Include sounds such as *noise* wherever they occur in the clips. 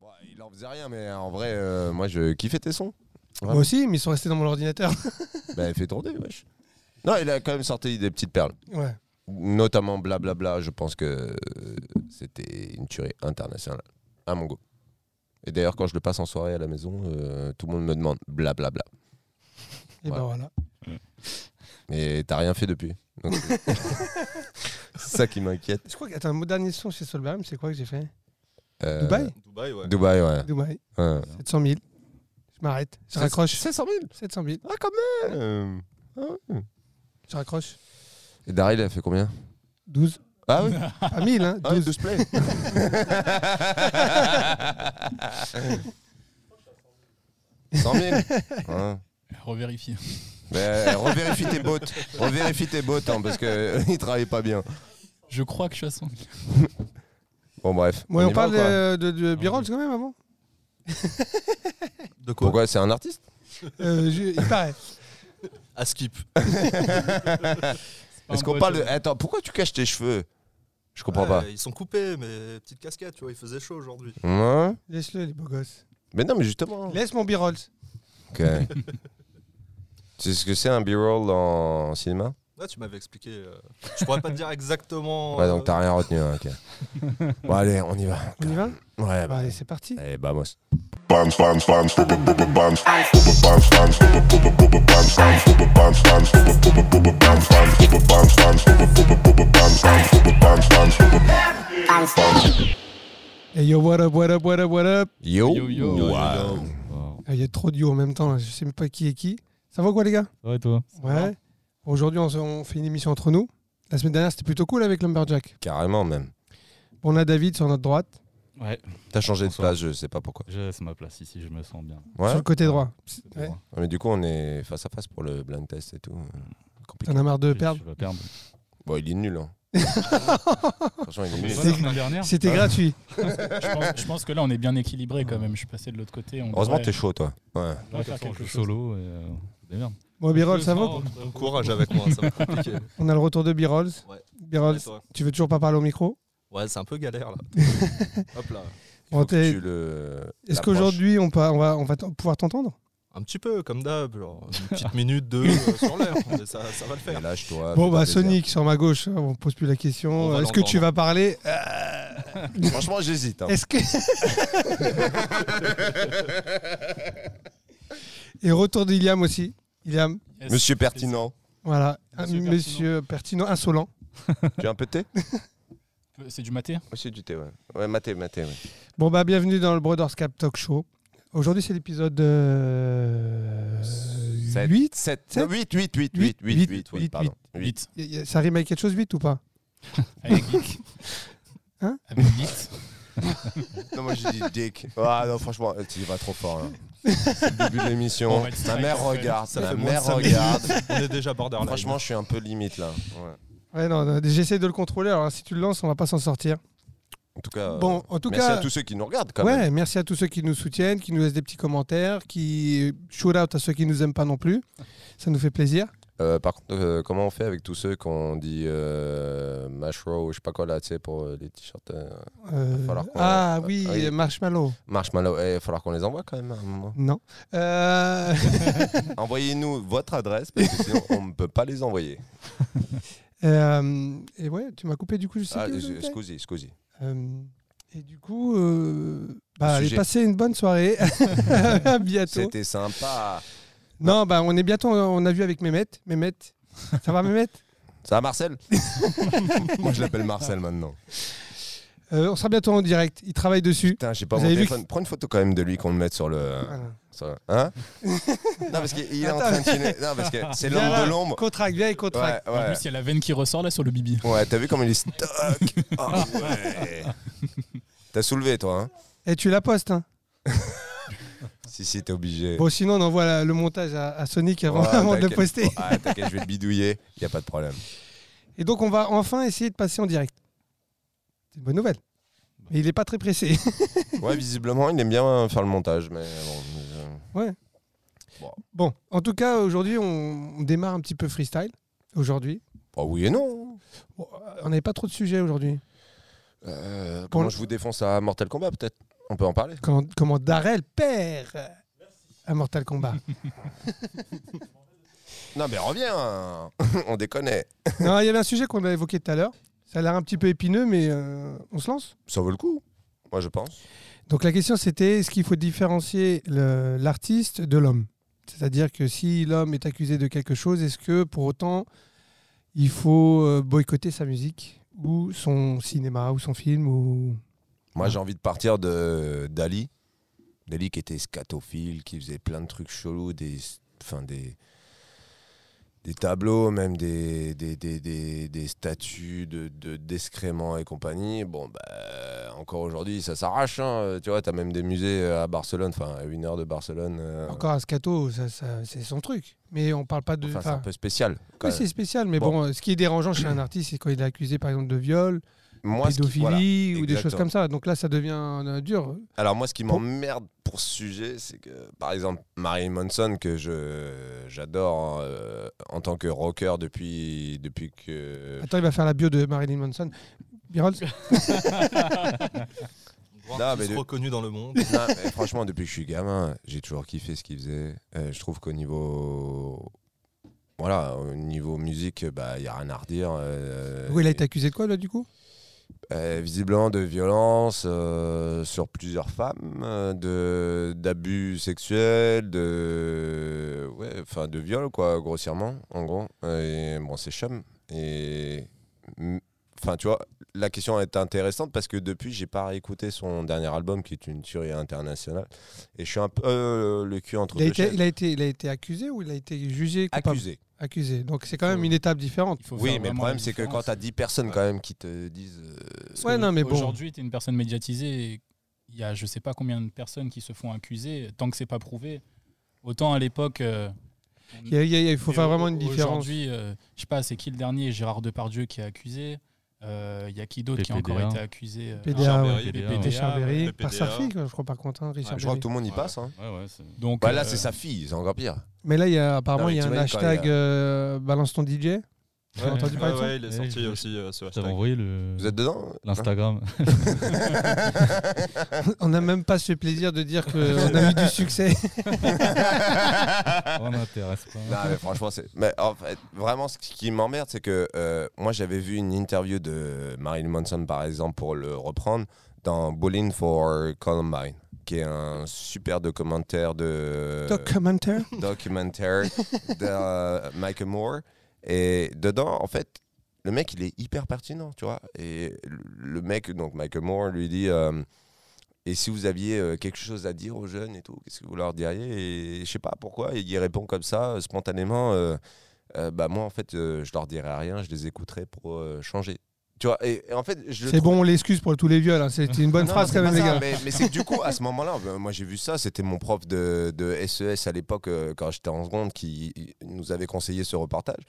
Bah, Il leur faisait rien, mais en vrai, euh, moi je kiffais tes sons. Moi aussi, mais ils sont restés dans mon ordinateur. *laughs* Bah, fait tourner, wesh. Non, il a quand même sorti des petites perles. ouais. Notamment Blablabla, je pense que euh, c'était une tuerie internationale. À mon goût. Et d'ailleurs, quand je le passe en soirée à la maison, euh, tout le monde me demande Blablabla. Et ben Ouais. voilà. Mais t'as rien fait depuis. Donc, euh, *laughs* c'est ça qui m'inquiète. Je crois que. Attends, mon dernier son chez Solbaum, c'est quoi que j'ai fait Euh, Dubaï Dubaï, ouais. Dubaï, ouais. Dubaï. Ouais. 700 000. Je m'arrête. Je raccroche. 700 000 700 000. Ah, quand même Ah. Je raccroche. Et Daryl, il a fait combien *laughs* 12. Ah oui Pas 1000, hein. Ah, 12. 12 *laughs* plays. Cent mille. Hein. Revérifie. Mais euh, revérifie tes bottes. Revérifie tes bottes hein, parce que il travaille pas bien. Je crois que je suis à 100 000. Bon bref. Ouais, y va on, Ah, parle ou pas de, de, de B-Rolls quand même avant. De quoi Pourquoi c'est un artiste Euh, je- il paraît. À skip. Est-ce qu'on parle de Attends, pourquoi tu caches tes cheveux Je comprends Ouais, pas. Euh, Ils sont coupés, mais petite casquette, tu vois, il faisait chaud aujourd'hui. Ouais. Laisse-le, les beaux gosses. Hein Mais non, mais justement. Laisse mon B-Rolls. Ok. c'est ce que c'est un B-roll en cinéma Ouais, tu m'avais expliqué. euh, Je pourrais pas te dire exactement. Ouais, euh, donc t'as rien retenu. hein, Ok. bon allez, on y va. On y va Ouais. Bah, Bah, Allez, c'est parti. allez, vamos. Et yo, what up, what up, what up, what up Yo. Yo, yo. Ouais. Ah, Il y a trop de yo en même temps, là. je sais même pas qui est qui. Ça va quoi, les gars Ouais, toi. Ouais. Aujourd'hui, on, se- on fait une émission entre nous. La semaine dernière, c'était plutôt cool avec Lumberjack. Carrément même. On a David sur notre droite, Ouais, T'as changé de Bonsoir. place, je sais pas pourquoi. je- c'est ma place ici, je me sens bien. Ouais. sur le côté droit. C'est Ouais. droit. Ouais, Mais du coup, on est face à face pour le blind test et tout. Euh, Compliqué. T'en as marre de Je- perdre Je vais perdre. Ah. Bon, il est nul. *laughs* Hein. Franchement, il est Mais nul. voilà, la semaine dernière, je C'était gratuit. pense, je pense que là, on est bien équilibré quand même. Je suis passé de l'autre côté. On Heureusement, devrait- t'es chaud, toi. Ouais. on devrait faire quelque chose. solo et euh, des merdes. Bon, B-Rolls, ça va donc Courage avec moi, ça va *laughs* être compliqué. On a le retour de B-Rolls. Ouais. B-Rolls, Et toi tu veux toujours pas parler au micro Ouais, c'est un peu galère *laughs* là. Hop là. Bon, Faut que t'es- tu le- Est-ce l'approches. qu'aujourd'hui, on, pa- on va, on va t- pouvoir t'entendre Un petit peu, comme d'hab, genre une petite minute, deux euh, sur l'air, mais ça, ça va le Mais faire. Lâche-toi. Bon, fais-toi bah, plaisir. Sonic sur ma gauche, on pose plus la On question. va Est-ce que tu l'entendre. vas parler Euh, Franchement, j'hésite. hein. Est-ce *laughs* que. Et retour d'Iliam aussi. Iliam, Yes. Monsieur Pertinent. voilà. Un Monsieur, Monsieur pertinent. insolent. tu as un peu de thé C'est du maté Aussi du thé, ouais. Ouais, maté, maté, ouais. Bon, bah, bienvenue dans le Brothers Cap Talk Show. Aujourd'hui, c'est l'épisode. euh, 8 huit 7 sept 8 8 8 Huit, 8 8 huit, 8 huit, pardon. Huit. Vite. Y- y- Ça rime avec quelque chose, 8 ou pas Avec Geek. Hein Avec Geek. Non, moi j'ai dit dick. Ah non, franchement, tu vas trop fort. hein. là. C'est le début de l'émission. On va être Ma strike, mère en fait. regarde. Ça Ma fait moins de mère cinq regarde. On est déjà borderline. Franchement, je suis un peu limite là. Ouais. Ouais, non, non, j'essaie de le contrôler. Alors, si tu le lances, on va pas s'en sortir. En tout cas, Bon, en tout Euh, merci cas- à tous ceux qui nous regardent quand ouais, même. merci à tous ceux qui nous soutiennent, qui nous laissent des petits commentaires, qui shout out à ceux qui nous aiment pas non plus. Ça nous fait plaisir. Euh, par contre, euh, comment on fait avec tous ceux qu'on dit euh, Mashrow, je sais pas quoi là, tu sais, pour euh, les t-shirts euh, Euh, falloir qu'on- ah oui, Ah oui. Marshmallow. Marshmallow Eh, Il va falloir qu'on les envoie quand même à un moment. Non. *laughs* Euh, *laughs* Envoyez-nous votre adresse parce que sinon on ne peut pas les *laughs* envoyer. euh, et ouais, tu m'as coupé du coup, je sais Ah, plus où j'en je- étais. scusi, scusi. Euh, et du coup, euh, bah, allez, Sujet. passez une *laughs* bonne soirée. à bientôt. C'était sympa. Non, bah, on est bientôt, on a vu avec Mehmet. Mehmet, ça va Mehmet Ça va *laughs* Marcel Moi je l'appelle Marcel maintenant. Euh, On sera bientôt en direct. Il travaille dessus. Putain, j'ai pas Vous mon avez vu téléphone. Prends une photo quand même de lui qu'on le mette sur le. Voilà. sur le- *laughs* Hein Non, parce qu'il est en Attends. train de filmer. Non, parce que c'est Viens l'homme là, de l'ombre. Contract, viens et Ouais, contract. En ouais. plus, il y a la veine qui ressort là sur le bibi. Ouais, t'as vu comment il est *laughs* stock Ah ouais T'as soulevé, toi, hein Et tu la postes. hein. Si, si, t'es obligé. Bon, sinon, on envoie la- le montage à, à Sonic avant, Ouais, avant de le t'inquiète. poster. Ouais, t'inquiète, je vais le bidouiller, y a pas de problème. Et donc, on va enfin essayer de passer en direct. C'est une bonne nouvelle. Mais il n'est pas très pressé. *laughs* Ouais, visiblement, il aime bien faire le montage, mais bon. euh, Bon, en tout cas, aujourd'hui, on, on démarre un petit peu freestyle. Aujourd'hui. Oh oui et non Bon, euh, on n'avait pas trop de sujets aujourd'hui. Euh, Pour Comment le- je vous défonce à Mortal Kombat, peut-être On peut en parler Comment, comment Darrell perd à Mortal Kombat. Non, mais *laughs* reviens On déconne. *laughs* eh, non, il y avait un sujet qu'on a évoqué tout à l'heure. Ça a l'air un petit peu épineux, mais euh, on se lance. Ça vaut le coup, moi je pense. Donc la question c'était est-ce qu'il faut différencier le- l'artiste de l'homme C'est-à-dire que si l'homme est accusé de quelque chose, est-ce que pour autant il faut euh, boycotter sa musique ou son cinéma ou son film ou Moi, j'ai envie de partir de d'Ali. D'Ali qui était scatophile, qui faisait plein de trucs chelous, des, enfin des, des tableaux, même des, des, des, des, des statues de- de- d'excréments et compagnie. Bon, bah, encore aujourd'hui, ça s'arrache. hein. Euh, Tu vois, t'as même des musées euh, à Barcelone, enfin, à une heure de Barcelone. euh, encore Ascato, ça, ça- c'est son truc. Mais on parle pas de. Enfin, c'est enfin, un peu spécial. quand oui, même. c'est spécial, mais bon. Bon. euh, ce qui est dérangeant chez un artiste, c'est quand il est accusé par exemple de viol, Moi, ce qui- pédophilie voilà. ou des choses exactement. comme ça. Donc là, ça devient euh, dur. Alors moi, ce qui Pour- m'emmerde pour ce sujet, c'est que, par exemple, Marilyn Manson, que je j'adore euh, en tant que rocker depuis, depuis *laughs* que... Attends, il va faire la bio de Marilyn Manson. *laughs* Birol, Voir Non, qui mais se de- reconnu dans le monde. Non, mais franchement, depuis que je suis gamin, j'ai toujours kiffé ce qu'il faisait. Euh, je trouve qu'au niveau... Voilà, au niveau musique, il bah, n'y a rien à redire. euh, oui, il a été accusé de quoi là du coup Euh, visiblement de violence euh, sur plusieurs femmes, euh, de d'abus sexuels, de ouais, enfin de viol quoi, grossièrement en gros. Euh, Et bon, c'est chum. Et m- enfin, tu vois, la question est intéressante parce que depuis, j'ai pas réécouté son dernier album qui est une tuerie internationale. Et je suis un peu euh, le cul entre Il a, deux été, chaises. il, a été, il a été accusé ou il a été jugé coupable Accusé. Accusé. Donc c'est quand même une étape différente. Il faut Oui, faire mais le vraiment problème la c'est que quand différence. t'as 10 personnes quand même qui te disent. euh, Parce Ouais, que non, mais bon. Aujourd'hui, tu es une personne médiatisée. et Il y a je sais pas combien de personnes qui se font accuser. Tant que c'est pas prouvé, autant à l'époque. euh, on- Il, y a- il y a- il faut Et faire au- vraiment une différence. Aujourd'hui, euh, je sais pas, c'est qui le dernier Gérard Depardieu qui est accusé. Euh, Il y a qui d'autre qui a PPDA. encore été accusé euh, PDA, ouais. PDA, PPDA, ouais. Richard Berry, PPDA. par sa fille, quoi, je crois, par contre. hein, Richard Je crois Berry. que tout le monde y Ouais. passe. hein. Ouais, ouais, c'est- Donc, Bah là, euh, c'est sa fille, c'est encore pire. Mais là, il y a, apparemment, Non, mais il y a tu un vois, quand il y a- hashtag euh, Balance ton DJ. Tu as Ouais. entendu parler de Ouais, ça Eh ouais, il est Ouais, sorti je- aussi euh, ce J'avais hashtag. envoyé le- Vous êtes dedans *laughs* l'Instagram. On n'a même pas ce plaisir de dire *laughs* qu'on a eu du succès. On Oh, m'intéresse pas. Non, mais franchement, c'est. Mais en fait, vraiment, ce qui m'emmerde, c'est que euh, moi, j'avais vu une interview de Marilyn Manson, par exemple, pour le reprendre, dans Bowling for Columbine, qui est un super documentaire de. Documentaire. *laughs* documentaire de euh, Michael Moore. Et dedans, en fait, le mec, il est hyper pertinent, tu vois. Et le- le mec, donc Michael Moore, lui dit euh, Et si vous aviez euh, quelque chose à dire aux jeunes et tout, qu'est-ce que vous leur diriez Et je sais pas pourquoi, et il répond comme ça, euh, spontanément euh, Euh, Bah, moi, en fait, euh, je leur dirais rien, je les écouterais pour euh, changer. Tu vois, et, et en fait, je le C'est trouve- bon, on l'excuse pour tous les viols. hein. C'était une bonne non, phrase non, quand même, c'est les pas ça, gars. Mais, mais c'est que du coup, à ce moment-là, ben, moi j'ai vu ça, c'était mon prof de, de SES à l'époque, euh, quand j'étais en seconde, qui il nous avait conseillé ce reportage.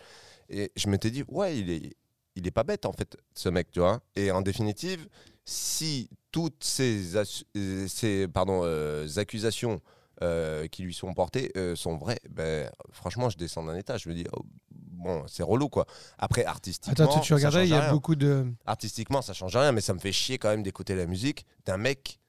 Et je m'étais dit, ouais, il est, il est pas bête en fait, ce mec, tu vois. Et en définitive, si toutes ces, assu- euh, ces pardon, euh, accusations euh, qui lui sont portées euh, sont vraies, ben, franchement, je descends d'un état. Je me dis, oh, bon, c'est relou quoi. Après, artistiquement. Attends, tu- tu ça regardais, change il y a rien beaucoup de. artistiquement ça change rien mais ça me fait chier quand même d'écouter la musique d'un mec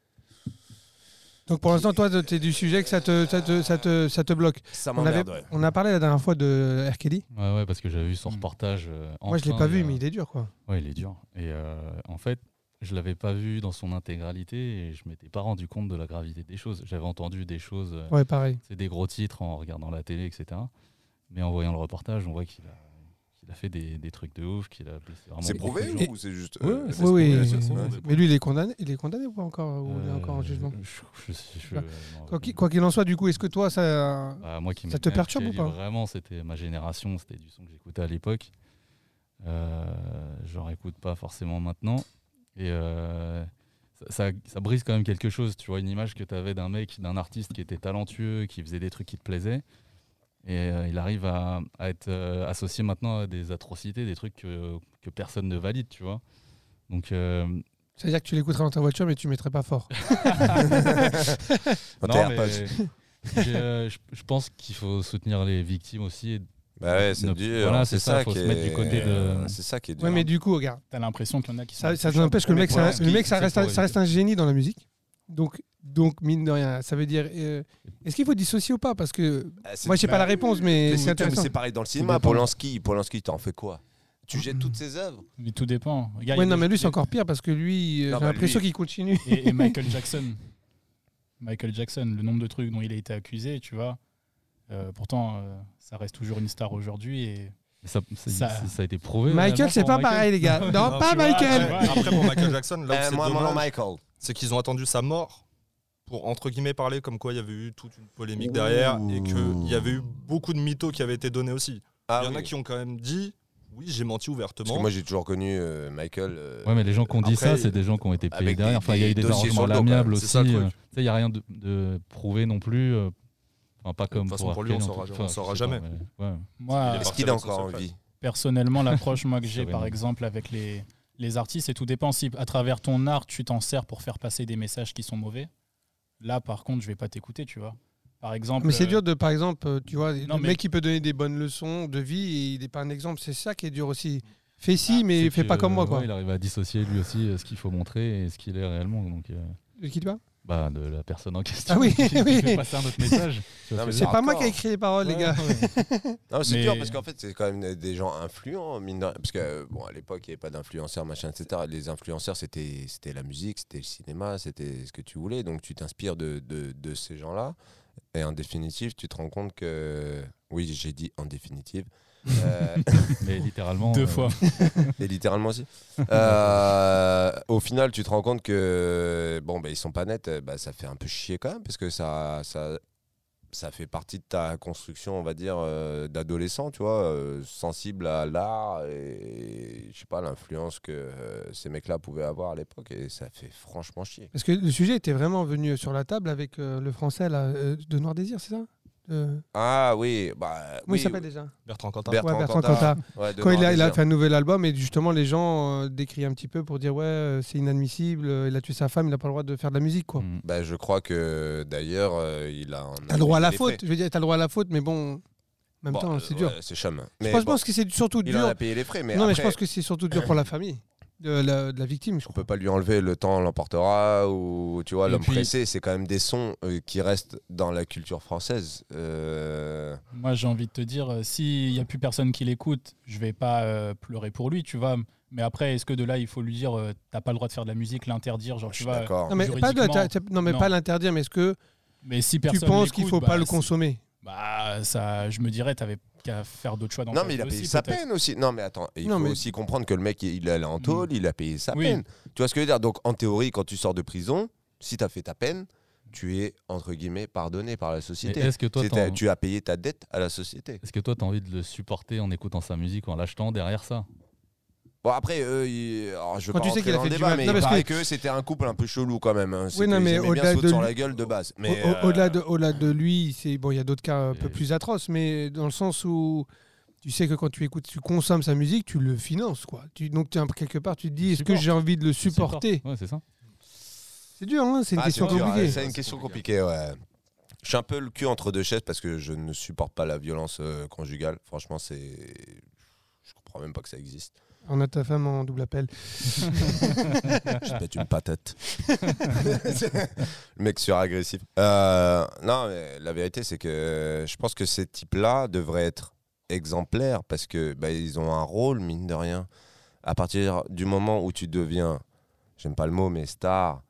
Donc pour l'instant, toi, t'es du sujet que ça te, ça te, ça te, ça te bloque. ça On, avait, m'emmerde ouais. on a parlé la dernière fois de R. Kelly. Ouais, ouais, parce que j'avais vu son Mm. reportage. euh, Moi, je l'ai enfin, pas et, vu, euh, mais il est dur, quoi. Ouais, il est dur. Et euh, en fait, je l'avais pas vu dans son intégralité et je m'étais pas rendu compte de la gravité des choses. J'avais entendu des choses, euh, Ouais, pareil. c'est des gros titres en regardant la télé, etc. Mais en voyant le reportage, on voit qu'il a, qu'il a fait des, des trucs de ouf, qu'il a blessé vraiment c'est beaucoup prouvé de gens. ou c'est juste Ouais, euh, ouais, c'est Oui, prouvé, oui. c'est- ouais. Mais lui, il est condamné, il est condamné ou pas encore Ou il est Euh, encore en jugement je- je- je- je- Quoi non, Quoi je- qu'il quoi qu'il en soit, du coup, est-ce que toi, ça. Bah, moi qui Ça m'étais te perturbe acheté ou pas libre, Vraiment, c'était ma génération, c'était du son que j'écoutais à l'époque. Euh, J'en écoute pas forcément maintenant. Et euh, ça, ça- ça brise quand même quelque chose, tu vois, une image que tu avais d'un mec, d'un artiste qui était talentueux, qui faisait des trucs qui te plaisaient. Et euh, il arrive à, à être euh, associé maintenant à des atrocités, des trucs que, que personne ne valide, tu vois. Donc, euh, C'est-à-dire que tu l'écouterais dans ta voiture, mais tu mettrais pas fort. Oh, non, t'es mais AirPods. j'ai, euh, je je pense qu'il faut soutenir les victimes aussi et bah ouais c'est Ne- dur voilà, c'est c'est ça, ça, faut qui se mettre est du côté de- c'est ça qui est dur Ouais, mais du coup, regarde. T'as l'impression qu'il y en a qui sont. Ça, ça plus n'empêche que le Mais mec, voilà, ça- ce le qui- mec ça, c'est reste, pour un- ça éviter. reste un génie dans la musique. Donc, donc, mine de rien, ça veut dire. euh, Est-ce qu'il faut dissocier ou pas Parce que Ah, c'est- moi, j'ai pas la réponse, Mais mais c'est c'est mais intéressant. c'est pareil dans le cinéma. dépend. Polanski, Polanski, t'en fais quoi Tu jettes toutes ses œuvres Mais tout dépend. Regarde, il y a Ouais, non, des- mais il lui, y c'est a- encore pire parce que lui, euh, Non, j'ai bah, l'impression lui- qu'il continue. *laughs* Et, et Michael Jackson. Michael Jackson, le nombre de trucs dont il a été accusé, tu vois. Euh, pourtant, euh, ça reste toujours une star aujourd'hui. Et... Ça, ça- Ça- ça- ça a été prouvé. Michael, réellement, c'est pour pas Michael pareil, les *laughs* gars. Non, Non, pas Ah, tu vois, Michael. après- Après, pour Michael Jackson, là où Euh, c'est Moi, mon dommage, Michael. c'est qu'ils ont attendu sa mort pour entre guillemets parler comme quoi il y avait eu toute une polémique derrière et qu'il y avait eu beaucoup de mythos qui avaient été donnés aussi. Ah il y en oui. a qui ont quand même dit oui j'ai Parce menti que ouvertement. moi, j'ai toujours connu euh, Michael. euh, Ouais, mais les gens qui ont dit Après, ça, c'est des gens qui ont été payés avec des- derrière. Enfin, il y a eu des des dossiers sur arrangements à le dos, quand même, l'amiable c'est aussi. ça, le truc. euh, Tu sais, il n'y a rien de, de prouvé non plus. euh, Enfin, pas comme. toute façon, pour lui, Arkane, on en saura- tout- on enfin, saura je sais pas, jamais. mais ouais. Moi, Il est Est-ce qu'il est Marcel encore en Sopel. vie personnellement, *laughs* l'approche moi que j'ai, Sereine. par exemple, avec les, les artistes, et tout dépend si à travers ton art, tu t'en sers pour faire passer des messages qui sont mauvais. Là, par contre, je vais pas t'écouter, tu vois. Par exemple, Mais c'est euh, dur de, par exemple, euh, tu vois, le mais- mec qui peut donner des bonnes leçons de vie et il n'est pas un exemple, c'est ça qui est dur aussi. Fais si, Ah, mais C'est fais que, pas comme moi, ouais, quoi. il arrive à dissocier lui aussi euh, ce qu'il faut montrer et ce qu'il est réellement. Donc, euh, De qui tu parles bah, de la personne en question. *laughs* Ah oui, qui- qui oui. fait passer un autre message. Tu vois Non, mais C'est ce que je veux dire pas moi hardcore. qui ai écrit les paroles, les Ouais, gars. ouais. Non, c'est Mais- dur parce qu'en fait, c'est quand même des gens influents, mine de rien. Parce que, euh, bon, à l'époque, il n'y avait pas d'influenceurs, machin, etc. Les influenceurs, c'était c'était la musique, c'était le cinéma, c'était ce que tu voulais. Donc, tu t'inspires de, de, de ces gens-là. Et en définitive, tu te rends compte que. Oui, j'ai dit en définitive. Euh, Mais littéralement. deux euh, fois. et littéralement aussi. Euh, au final, tu te rends compte que bon, ben ils sont pas nets, euh, bah, ça fait un peu chier quand même, parce que ça, ça, ça fait partie de ta construction, on va dire, euh, d'adolescent, tu vois, euh, sensible à l'art et je sais pas l'influence que euh, ces mecs-là pouvaient avoir à l'époque, et ça fait franchement chier. Parce que le sujet était vraiment venu sur la table avec euh, le français là, euh, de Noir Désir, c'est ça Euh, Ah oui, bah Comment oui, il s'appelle déjà Bertrand Cantat. Bertrand Ouais, Bertrand Cantat. Cantat. ouais, de Quand il Noir a, il a Désir. fait un nouvel album et justement les gens euh, décrient un petit peu pour dire ouais euh, c'est inadmissible, euh, il a tué sa femme, il n'a pas le droit de faire de la musique quoi. mm. Bah, je crois que d'ailleurs, euh, il a. un- T'as le droit à la il est faute, fait. je veux dire t'as le droit à la faute mais bon, en même Bon, temps euh, c'est dur. ouais, c'est chum. je Mais pense, bon, pense que c'est surtout il en dur. a payé les frais, mais non mais je après- pense que c'est surtout dur pour la famille de la, de la victime. Je on crois. peut pas lui enlever le temps l'emportera ou tu vois Et l'homme puis- pressé c'est quand même des sons euh, qui restent dans la culture française Euh, Moi, j'ai envie de te dire, euh, s'il n'y a plus personne qui l'écoute, je vais pas euh, pleurer pour lui, tu vois. Mais après, est-ce que de là, il faut lui dire, euh, t'as pas le droit de faire de la musique, l'interdire, genre, je tu suis vois. d'accord Non mais pas de- juridiquement, t'as- non, mais non. pas l'interdire mais est-ce que Mais si tu personne penses qu'il faut l'écoute, pas bah, le c'est- consommer Bah, ça, je me dirais, t'avais qu'à faire d'autres choix dans non ta mais il vie a payé aussi, sa peut-être. peine aussi non mais attends il Non, faut mais- aussi comprendre que le mec il il est allé en Mm. tôle il a payé sa Oui. peine tu vois ce que je veux dire donc en théorie quand tu sors de prison si tu as fait ta peine tu es entre guillemets pardonné par la Mais société Est-ce que toi, C'est- t'en- tu as payé ta dette à la société est-ce que toi, t'as envie de le supporter en écoutant sa musique, en l'achetant derrière ça bon après eux, ils- alors, je veux Quand pas tu sais rentrer qu'il a dans fait le du débat mal- mais Non, il parce que- paraît que c'était un couple un peu chelou quand même hein. C'est non, qu'ils mais aimaient bien au-delà sauter de sur lui- la gueule de base mais Au- au- Au-delà euh, de, au-delà de lui, c'est bon, il y a d'autres cas un peu Et- plus atroces, mais dans le sens où tu sais que quand tu écoutes, tu consommes sa musique, tu le finances, quoi. Tu, donc tu, quelque part, tu te dis, est-ce que Supporte. j'ai envie de le supporter Ouais, c'est ça. C'est dur, hein c'est une Ah, question c'est dur, hein, compliquée. C'est une question compliquée, ouais. Je suis un peu le cul entre deux chaises parce que je ne supporte pas la violence euh, conjugale. Franchement, c'est. Je comprends même pas que ça existe. On a ta femme en double appel. Je pète une patate. le mec suragressif. Euh, non, mais la vérité, c'est que je pense que ces types-là devraient être exemplaires parce que bah, ils ont un rôle, mine de rien. À partir du moment où tu deviens, j'aime pas le mot, mais star,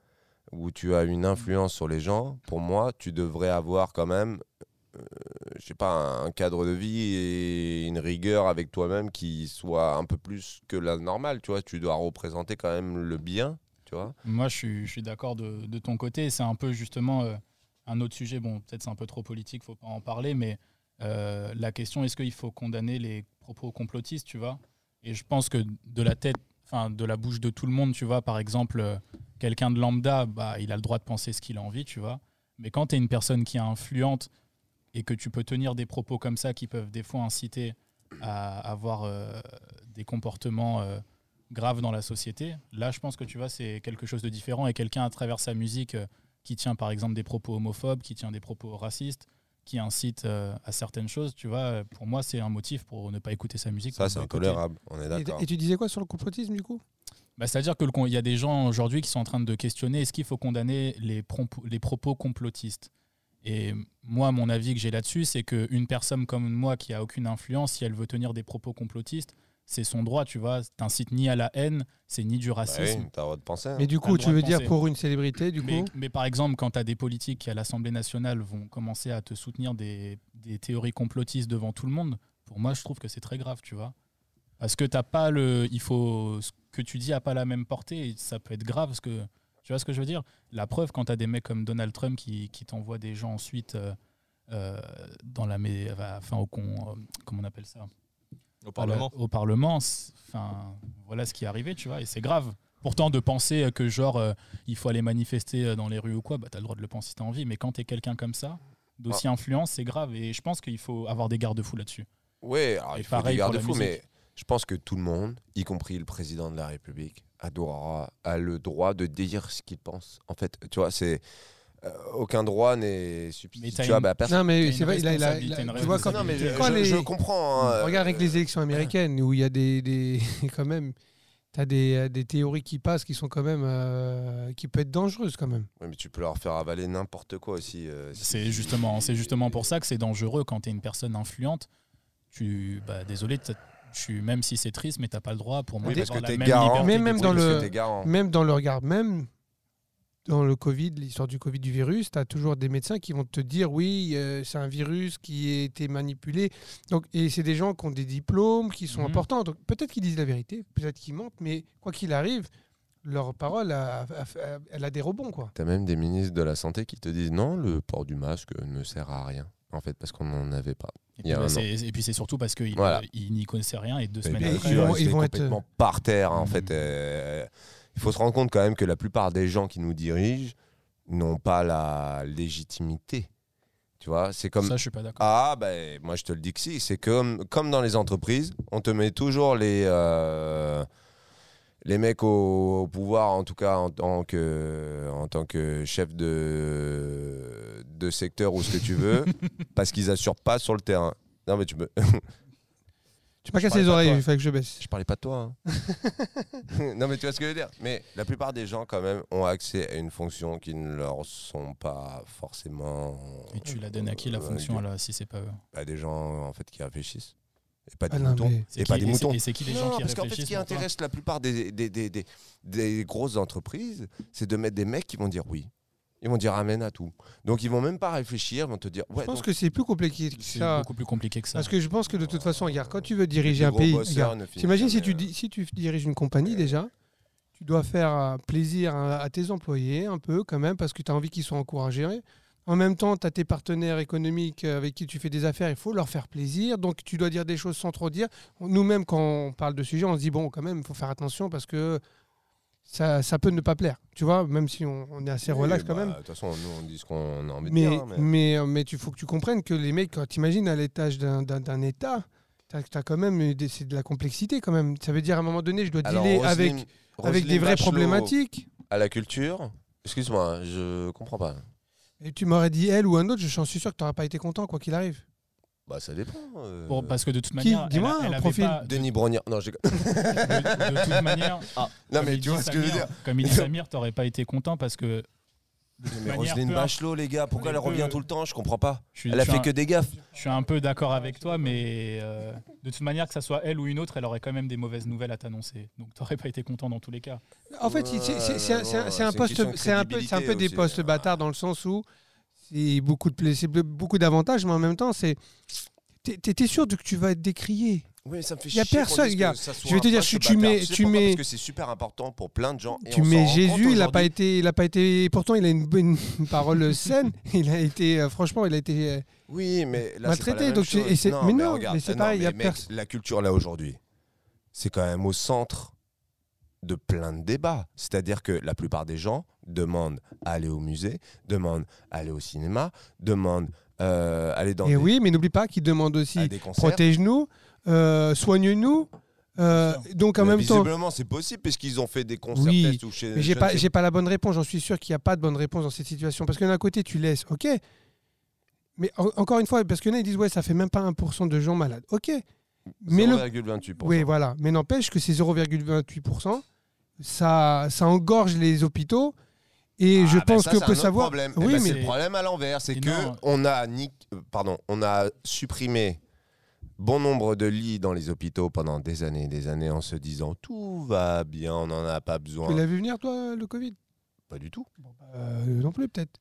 où tu as une influence sur les gens, pour moi, tu devrais avoir quand même, euh, je sais pas, un cadre de vie et une rigueur avec toi-même qui soit un peu plus que la normale, tu vois. Tu dois représenter quand même le bien, tu vois. Moi, je suis, je suis d'accord de, de ton côté. C'est un peu justement euh, un autre sujet. Bon, peut-être c'est un peu trop politique, faut pas en parler, mais euh, la question est-ce qu'il faut condamner les propos complotistes, tu vois Et je pense que de la tête, enfin de la bouche de tout le monde, tu vois, par exemple, euh, quelqu'un de lambda, bah, il a le droit de penser ce qu'il a envie, tu vois. Mais quand tu es une personne qui est influente et que tu peux tenir des propos comme ça qui peuvent des fois inciter à avoir euh, des comportements euh, graves dans la société, là je pense que tu vois c'est quelque chose de différent et quelqu'un à travers sa musique euh, qui tient par exemple des propos homophobes, qui tient des propos racistes, qui incite euh, à certaines choses, tu vois, euh, pour moi c'est un motif pour ne pas écouter sa musique. Ça, pour c'est boycotter. intolérable, on est Et, d'accord. et tu disais quoi sur le complotisme, du coup Bah, C'est-à-dire qu'il y a des gens aujourd'hui qui sont en train de questionner est-ce qu'il faut condamner les, prompo- les propos complotistes Et moi, mon avis que j'ai là-dessus, c'est qu'une personne comme moi qui a aucune influence, si elle veut tenir des propos complotistes, c'est son droit, tu vois. T'incites ni à la haine, c'est ni du Bah oui, racisme. t'as le droit de penser. hein. Mais du le coup, tu droit veux de dire penser. pour une célébrité, du mais, coup mais par exemple, quand tu as des politiques qui à l'Assemblée nationale vont commencer à te soutenir des, des théories complotistes devant tout le monde, pour moi, je trouve que c'est très grave, tu vois. Parce que t'as pas le, il faut ce que tu dis a pas la même portée et ça peut être grave parce que tu vois ce que je veux dire. La preuve quand t'as des mecs comme Donald Trump qui, qui t'envoient des gens ensuite euh, euh, dans la mé- enfin au con, euh, comment on appelle ça au Parlement. à la- au Parlement, c'est- enfin, voilà ce qui est arrivé, tu vois, et c'est grave. Pourtant, de penser euh, que genre euh, il faut aller manifester euh, dans les rues ou quoi, bah, t'as le droit de le penser si t'as envie. Mais quand t'es quelqu'un comme ça, d'aussi influent, c'est grave. Et je pense qu'il faut avoir des garde-fous là-dessus. Ouais, alors Et il faut des pareil pour la garde-fous, mais musique. je pense que tout le monde, y compris le président de la République, adorera, a le droit de dire ce qu'il pense. En fait, tu vois, c'est euh, aucun droit n'est substituable une- à personne. Non, mais une c'est vrai, il a- il a- il responsabilité, a- une tu vois, quand, Non, mais je, quand je- les- je comprends. hein, Regarde avec euh, les élections américaines où il y a des, des *laughs* quand même, t'as des, euh, des théories qui passent qui sont quand même, euh, qui peuvent être dangereuses quand même. ouais, mais tu peux leur faire avaler n'importe quoi aussi. euh, si- C'est justement, c'est justement pour ça que c'est dangereux quand t'es une personne influente. Tu, bah, désolé, t'as- tu, même si c'est triste, mais t'as pas le droit pour moi Oui, parce d'avoir que la t'es même garant. liberté Mais même d'expression. dans parce le- que t'es garant. Même dans le regard, même dans le Covid, l'histoire du Covid, du virus, tu as toujours des médecins qui vont te dire oui, euh, c'est un virus qui a été manipulé. Donc, et c'est des gens qui ont des diplômes, qui sont Mhm. importants. Donc peut-être qu'ils disent la vérité, peut-être qu'ils mentent, mais quoi qu'il arrive, leur parole, a, a- a- elle a des rebonds. quoi. T'as même des ministres de la Santé qui te disent non, le port du masque ne sert à rien. En fait, parce qu'on n'en avait pas. il Et y puis, a bah, un c'est- et puis c'est surtout parce qu'ils Voilà. n'y connaissaient rien et deux Mais semaines bien ils après. euh, sûr, vont- ils ils vont être- euh, Mmh. complètement par terre. hein, En Mm. fait, Euh, il faut se rendre compte quand même que la plupart des gens qui nous dirigent n'ont pas la légitimité. Tu vois, c'est comme Ça, je suis pas d'accord. ah ben moi je te le dis que si, c'est comme comme dans les entreprises, on te met toujours les euh, les mecs au, au pouvoir en tout cas en tant que en tant que chef de de secteur ou ce que tu *laughs* veux parce qu'ils assurent pas sur le terrain. Non mais tu me Tu m'as Je cassé les parlais pas de oreilles, toi. il fallait que je baisse. je parlais pas de toi. hein. *laughs* non, mais tu vois ce que je veux dire. Mais la plupart des gens, quand même, ont accès à une fonction qui ne leur sont pas forcément. Et tu la donnes à qui la euh, fonction du- là si c'est pas eux À des gens, en fait, qui réfléchissent. Et pas des Ah non, moutons. mais- Et pas qui- des moutons. c'est- Et c'est qui les Non, gens qui parce qu'en réfléchissent fait, ce qui pour toi intéresse la plupart des, des, des, des, des grosses entreprises, c'est de mettre des mecs qui vont dire oui. Ils vont dire amen à tout. Donc, ils vont même pas réfléchir, ils vont te dire ouais. Je pense donc, que c'est plus compliqué que C'est ça. beaucoup plus compliqué que ça. Parce que je pense que de toute façon, regarde, quand tu veux diriger les un gros pays, bosseurs regarde, ne finissent t'imagines si jamais, tu, euh, di- si tu diriges une compagnie déjà, tu dois faire euh, plaisir à, à tes employés un peu quand même, parce que tu as envie qu'ils soient encouragés. En même temps, tu as tes partenaires économiques euh, avec qui tu fais des affaires, il faut leur faire plaisir. Donc, tu dois dire des choses sans trop dire. Nous-mêmes, quand on parle de sujet, on se dit, bon, quand même, il faut faire attention parce que ça, ça peut ne pas plaire. Tu vois, même si on, on est assez oui, relax bah, quand même. De toute façon, nous, on dit ce qu'on a envie Mais, de dire. hein, mais- mais, euh, mais tu faut que tu comprennes que les mecs, quand t'imagines à l'étage d'un- d'un d'un État, t'as as quand même eu des- c'est de la complexité quand même. Ça veut dire à un moment donné, je dois Alors, dealer avec, Roselyne- avec des Roselyne vraies Bachelot problématiques. À la culture Excuse-moi, hein, je comprends pas. Et tu m'aurais dit elle ou un autre, je j'en suis sûr que t'aurais pas été content quoi qu'il arrive. Bah, ça dépend. euh. Pour- parce que de toute manière, elle, Dis-moi a- elle un avait profil. pas- de, Denis Brognard. Non, j'ai- *laughs* de- de *laughs* toute manière, Ah, non comme mais il tu dit vois ce que je veux Samir- dire. Comme il *laughs* dit Samir, t'aurais pas été content parce que. De toute Mais manière, Roselyne peu importe, Bachelot, les gars, pourquoi Elle elle peut- revient tout le temps Je comprends pas. je suis- Elle a je suis fait un- que des gaffes. Je suis un peu d'accord avec toi, mais euh, de toute manière, que ça soit elle ou une autre, elle aurait quand même des mauvaises nouvelles à t'annoncer. Donc t'aurais pas été content dans tous les cas. En fait, c'est- c'est- c'est c'est un- c'est un- c'est un C'est une poste, question de c'est un peu, c'est un peu crédibilité des aussi, postes hein. bâtards dans le sens où c'est beaucoup de pla- c'est beaucoup d'avantages, mais en même temps, c'est t'es t'es sûr de que tu vas être décrié. Oui, mais ça me fait Y a chier qu'on personne, dise que gars. ça soit Je vais te un dire, poste tu- tu bâtard. mets- Tu sais tu pourquoi mets- Parce que c'est super important pour plein de gens. et tu on s'en mets rend Jésus, compte il n'a pas aujourd'hui. été, il a pas été. Pourtant, il a une, *laughs* bonne une parole saine. Il a été, euh, franchement, il a été. euh, Oui, mais là, c'est pas maltraité, la même donc c'est- chose. et c'est- mais non, regarde, mais c'est non, pareil, y a mec, personne. La culture, là, aujourd'hui, c'est quand même au centre de plein de débats. C'est-à-dire que la plupart des gens demandent à aller au musée, demandent à aller au cinéma, demandent euh, aller dans Et des, oui, mais n'oublie pas qu'il demande à aussi des concerts. protège-nous, euh, soigne-nous. euh, Bien donc en Mais même temps, Visiblement, c'est possible, puisqu'ils ont fait des concerts Oui, tests ou chez. mais j'ai euh, je pas, ne sais j'ai pas la bonne réponse. J'en suis sûr qu'il n'y a pas de bonne réponse dans cette situation. Parce que d'un côté, tu laisses, ok. Mais en- encore une fois, parce qu'il y en a, ils disent, ouais, ça fait même pas 1% de gens malades. Ok. Mais le 0,28%. Oui, voilà. Mais n'empêche que ces 0,28%, ça, ça engorge les hôpitaux. Et Ah, je ben pense ça, que c'est peut un autre savoir. problème. Eh Oui, ben, c'est mais le problème à l'envers, c'est Et que non. on a ni- euh, pardon, on a supprimé bon nombre de lits dans les hôpitaux pendant des années et des années en se disant tout va bien, on n'en a pas besoin. tu l'as vu venir, toi, le Covid Pas du tout. Euh, Non plus, peut-être.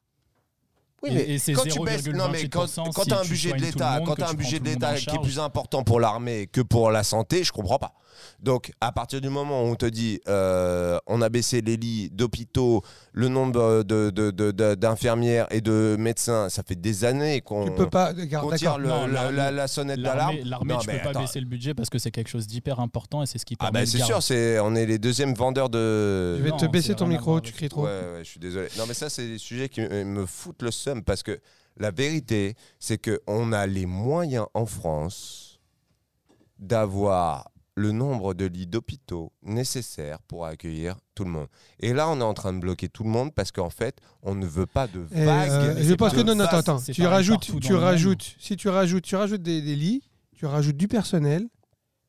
Oui, Et- mais et c'est quand tu baisses, non, mais quand, 0,28% quand si t'as un tu budget de soignes tout le l'État, monde, quand que t'as un tu prends budget tout de le monde en l'État qui est charge. plus important pour l'armée que pour la santé, je comprends pas. Donc, à partir du moment où on te dit, euh, on a baissé les lits d'hôpitaux, le nombre de- de- de- de- d'infirmières et de médecins, ça fait des années qu'on Tu peux pas. regarde, qu'on d'accord. tire le- Non, la, l'armée- la- la sonnette d'alarme. L'armée, l'armée, Non, tu peux mais pas attends. baisser le budget parce que c'est quelque chose d'hyper important et c'est ce qui permet Ah bah de c'est garder. sûr, c'est on est les deuxièmes vendeurs de. Je vais Non, te baisser c'est ton rien à micro, voir tu avec- cries trop. Ouais, ouais, je suis désolé. Non, mais ça, c'est des sujets qui euh, me foutent le seum parce que la vérité, c'est qu'on a les moyens en France d'avoir le nombre de lits d'hôpitaux nécessaires pour accueillir tout le monde. Et là, on est en train de bloquer tout le monde parce qu'en fait, on ne veut pas de Et, vagues. euh, mais je c'est pense que pareil. non, non, attends, Ça, attends. c'est Tu pareil rajoutes, partout tu dans le monde. rajoutes, si tu rajoutes, tu rajoutes des, des lits, tu rajoutes du personnel,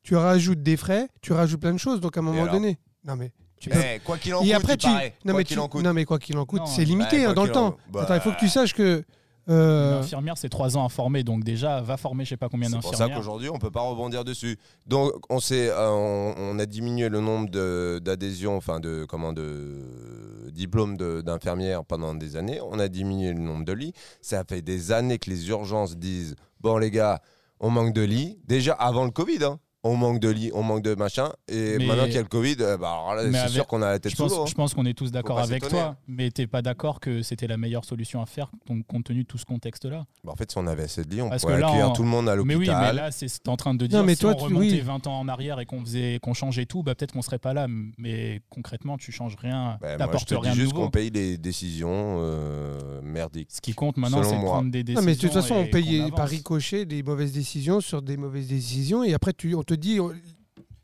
tu rajoutes des frais, tu rajoutes plein de choses. Donc à un moment alors donné, non mais tu Eh, peux. quoi qu'il en coûte, Et après il tu, paraît. non Quoi mais, qu'il tu- en coûte. non, mais quoi qu'il en coûte, Non, c'est mais- limité Ouais, hein, quoi dans le qu'il en- temps. Bah, Attends, il faut que tu saches que euh, L'infirmière, c'est trois ans à former, donc déjà, va former je sais pas combien C'est pour ça d'infirmières. qu'aujourd'hui, on peut pas rebondir dessus. Donc, on, s'est, euh, on, on a diminué le nombre de- d'adhésions, enfin de, comment, de diplômes de- d'infirmières pendant des années. On a diminué le nombre de lits. Ça fait des années que les urgences disent Bon, les gars, on manque de lits. Déjà avant le Covid, hein, on manque de lits, on manque de machin. Et Mais- maintenant qu'il y a le Covid, euh, bah, alors là, Mais c'est avec- sûr qu'on a la tête Je sous pense, l'eau. hein. je pense qu'on est tous d'accord pas avec s'étonner, toi, mais t'es pas d'accord que c'était la meilleure solution à faire donc, compte tenu de tout ce contexte-là. Bah, en fait, si on avait assez de lits, on Parce pourrait que là, accueillir on- tout le monde à Mais l'hôpital. oui, mais là, c'est c'est en train de dire mais si toi, on tu- remontait oui. 20 ans en arrière et qu'on faisait, qu'on changeait tout, bah, peut-être qu'on serait pas là. Mais concrètement, tu changes rien, Bah, moi, je t'apportes te rien dis de juste nouveau. qu'on paye les décisions euh, merdiques. Ce qui compte maintenant, Selon c'est de moi. prendre des décisions. non mais de toute façon, on et qu'on paye avance. par ricochet des mauvaises décisions sur des mauvaises décisions, et après tu, on te dit. on-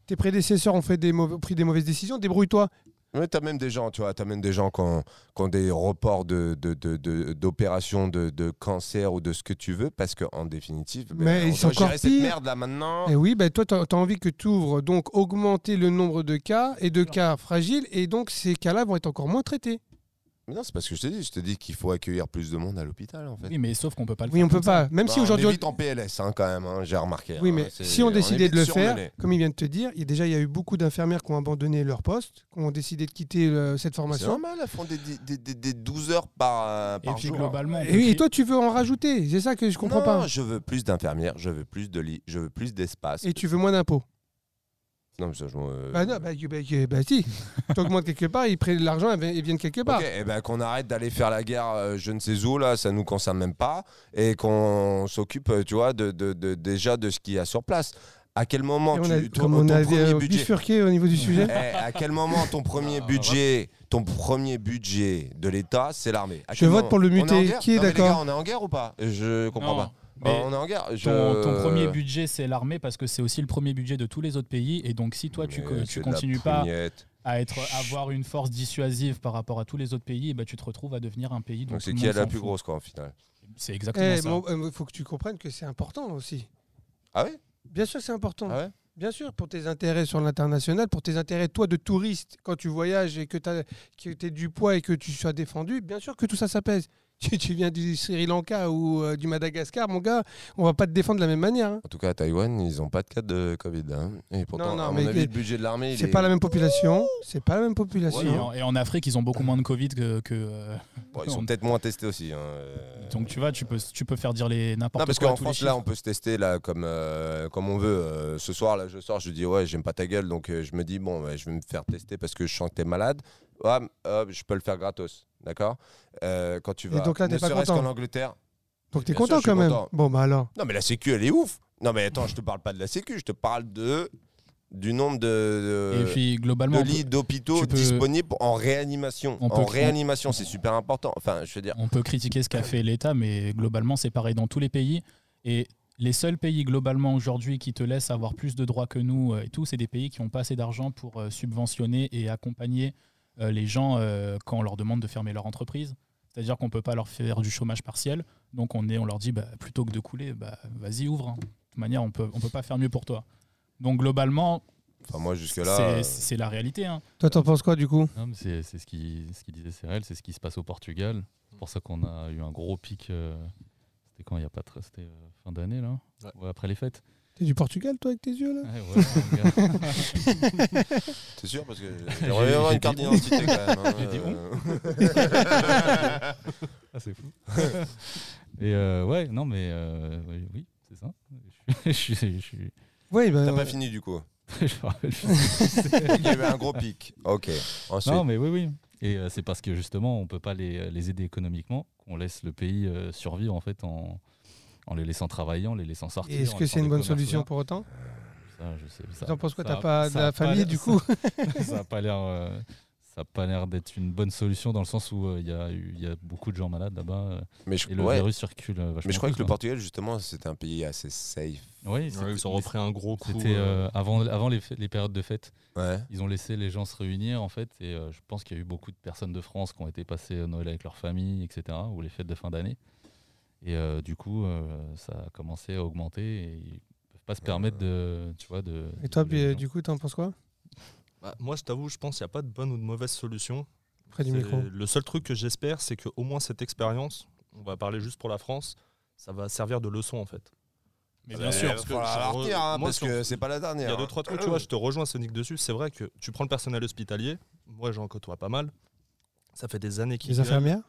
tes prédécesseurs ont fait des mauvais- pris des mauvaises décisions, débrouille-toi. Ouais, t'as même des gens, tu vois, t'as même des gens qui ont, qui ont des reports de, de, de- de- d'opérations de, de cancer ou de ce que tu veux, parce qu'en définitive, ben, Mais on ils sont doit gérer encore cette pires. merde là maintenant. Et oui, ben toi, tu as, envie que tu ouvres, donc augmenter le nombre de cas et de cas fragiles, et donc ces cas-là vont être encore moins traités. Mais non, c'est parce que je te dis, je te dis qu'il faut accueillir plus de monde à l'hôpital en fait. Oui, mais sauf qu'on peut pas le Oui, faire on peut comme ça. pas. Même Bah, si aujourd'hui. on est vite en PLS hein, quand même, hein, j'ai remarqué. Oui, hein, mais c'est- si on est décidait de vite le faire, surmené. comme il vient de te dire, il y a déjà il y a eu beaucoup d'infirmières qui ont abandonné leur poste, qui ont décidé de quitter le- cette c'est formation. normal, elles font des, des- des- des- des 12 heures par, euh, Et par puis jour. hein. globalement, on Et, peut oui, et créer- toi, tu veux en rajouter. C'est ça que je comprends non, pas. je veux plus d'infirmières, je veux plus de lits, je veux plus d'espace. Et tu veux moins d'impôts. Non, mais ça, je m'en- euh, Bah non, bah, bah, bah, *laughs* si. tu augmentes quelque part, ils prennent de l'argent et vi- et viennent quelque part. Ok, eh ben, qu'on arrête d'aller faire la guerre euh, je ne sais où, là, ça nous concerne même pas, et qu'on s'occupe, euh, tu vois, de, de- de- déjà de ce qu'il y a sur place. À quel moment Et tu, on a- ton, comme on ton avait premier euh, budget bifurqué au niveau du sujet. *laughs* Eh, À quel moment ton *laughs* premier Ah, budget, ton premier budget de l'État, c'est l'armée À Je quel vote moment pour le On est en muté. guerre Qui est Non, mais les d'accord gars, On est en guerre ou pas Je comprends Non, pas. mais Euh, on est en guerre. Je- Ton, ton premier budget, c'est l'armée parce que c'est aussi le premier budget de tous les autres pays. Et donc, si toi, tu, Mais co- c'est tu de la continues pas pougnette. à être, à avoir une force dissuasive par rapport à tous les autres pays, eh ben, tu te retrouves à devenir un pays. dont Donc tout c'est le qui est monde la s'en plus fout. grosse, quoi, en finale C'est Eh, euh, Il exactement ça. faut que tu comprennes que c'est important aussi. Ah ouais Bien sûr, que c'est important. Ah ouais Bien sûr, pour tes intérêts sur l'international, pour tes intérêts, toi, de touriste, quand tu voyages et que tu es du poids et que tu sois défendu, bien sûr que tout ça, ça pèse. *laughs* Tu, tu viens du Sri Lanka ou euh, du Madagascar, mon gars, on va pas te défendre de la même manière. hein. En tout cas, à Taïwan, ils n'ont pas de cas de Covid. hein. Et pourtant, non, à mon mais- avis, le budget de l'armée, il est- C'est pas la même population, c'est pas la même population. Oui, et, en, et en Afrique, ils ont beaucoup moins de Covid que. que, euh, Bon, ils sont On- peut-être moins testés aussi. hein, euh. donc tu vois, tu peux, tu peux faire dire les n'importe quoi. non, parce à qu'en tous les France, là, chiffres. on peut se tester là, comme, euh, comme on veut. Euh, ce soir, là, je sors, je dis, ouais, j'aime pas ta gueule, donc euh, je me dis, bon, ouais, je vais me faire tester parce que je sens que t'es malade. Ouais, hop, je peux le faire gratos. D'accord Euh, Quand tu Et vas. donc là, t'es ne pas serait-ce content. qu'en Angleterre. Donc tu es Bien sûr, je content suis quand même. content. Bon, bah alors. Non, mais la Sécu, elle est ouf. Non, mais attends, je te parle pas de la Sécu, je te parle de. Du nombre de, Et de- puis de globalement, on peut- lits d'hôpitaux tu peux- disponibles en réanimation. On en peut- réanimation, c'est super important. Enfin, je veux dire. On peut critiquer ce qu'a fait l'État, mais globalement, c'est pareil dans tous les pays. Et les seuls pays globalement aujourd'hui qui te laissent avoir plus de droits que nous euh, et tout, c'est des pays qui n'ont pas assez d'argent pour euh, subventionner et accompagner euh, les gens euh, quand on leur demande de fermer leur entreprise. C'est-à-dire qu'on ne peut pas leur faire du chômage partiel. Donc on, est, on leur dit, bah, plutôt que de couler, bah, vas-y, ouvre. hein. De toute manière, on peut, ne peut pas faire mieux pour toi. Donc globalement, Enfin, moi, jusque-là. C'est- euh, C'est la réalité. hein. Toi, t'en penses quoi du coup Non, mais c'est c'est ce qui ce qu'il disait Cyril, c'est ce qui se passe au Portugal. C'est pour ça qu'on a eu un gros pic. euh, c'était quand il n'y a pas très. C'était euh, fin d'année, là Ouais. Ouais, Après les fêtes. T'es du Portugal, toi, avec tes yeux là Ouais, voilà, *laughs* regarde. T'es sûr Parce que J'ai- j'aimerais bien avoir j'ai une carte dit- d'identité quand même. hein, J'ai dit on. euh, Ah, c'est fou. *laughs* Et euh, ouais, non, mais euh, oui, oui, c'est ça. *laughs* Je suis. Je, suis- Oui, T'as bah, pas fini du coup je me rappelle plus. Il y avait un gros pic. Ok. Ensuite, Non, mais oui, oui. Et euh, c'est parce que justement, on ne peut pas les, les aider économiquement qu'on laisse le pays euh, survivre en fait en, en les laissant travailler, en les laissant sortir. et Est-ce en que laissant c'est une des bonne commerces solution ouverts. pour autant Ça, je sais. ça- T'en penses quoi ça T'as a- pas de *laughs* ça a la famille l'air- du coup Ça n'a pas l'air. euh, ça a pas l'air d'être une bonne solution dans le sens où euh, il y a eu- il y, a beaucoup de gens malades là-bas euh, mais je, et le ouais. virus circule euh, vachement. mais je crois que le plus, Portugal, justement, c'était un pays assez safe. quoi. Oui, Ouais, c'était- ils ont repris un gros coup. C'était euh, euh, avant, avant les, fê- les périodes de fête. Ouais. Ils ont laissé les gens se réunir en fait et euh, je pense qu'il y a eu beaucoup de personnes de France qui ont été passées Noël avec leur famille, etc. ou les fêtes de fin d'année. Et euh, du coup, euh, ça a commencé à augmenter et ils peuvent pas se permettre Euh. de, tu vois, de. Et toi, de- puis, euh, du coup, t'en penses quoi bah, moi, je t'avoue, je pense qu'il n'y a pas de bonne ou de mauvaise solution. Près du C'est- micro. Le seul truc que j'espère, c'est qu'au moins cette expérience, on va parler juste pour la France, ça va servir de leçon en fait. Mais Ah bien bah, sûr. Parce Parce que je re- que, hein, moi, parce sur- que c'est pas la Il dernière. y a hein. deux, trois trucs, tu vois, je te rejoins Sonic dessus. C'est vrai que tu prends le personnel hospitalier, moi j'en côtoie pas mal. Ça fait des années qu'ils. Les gueulent. infirmières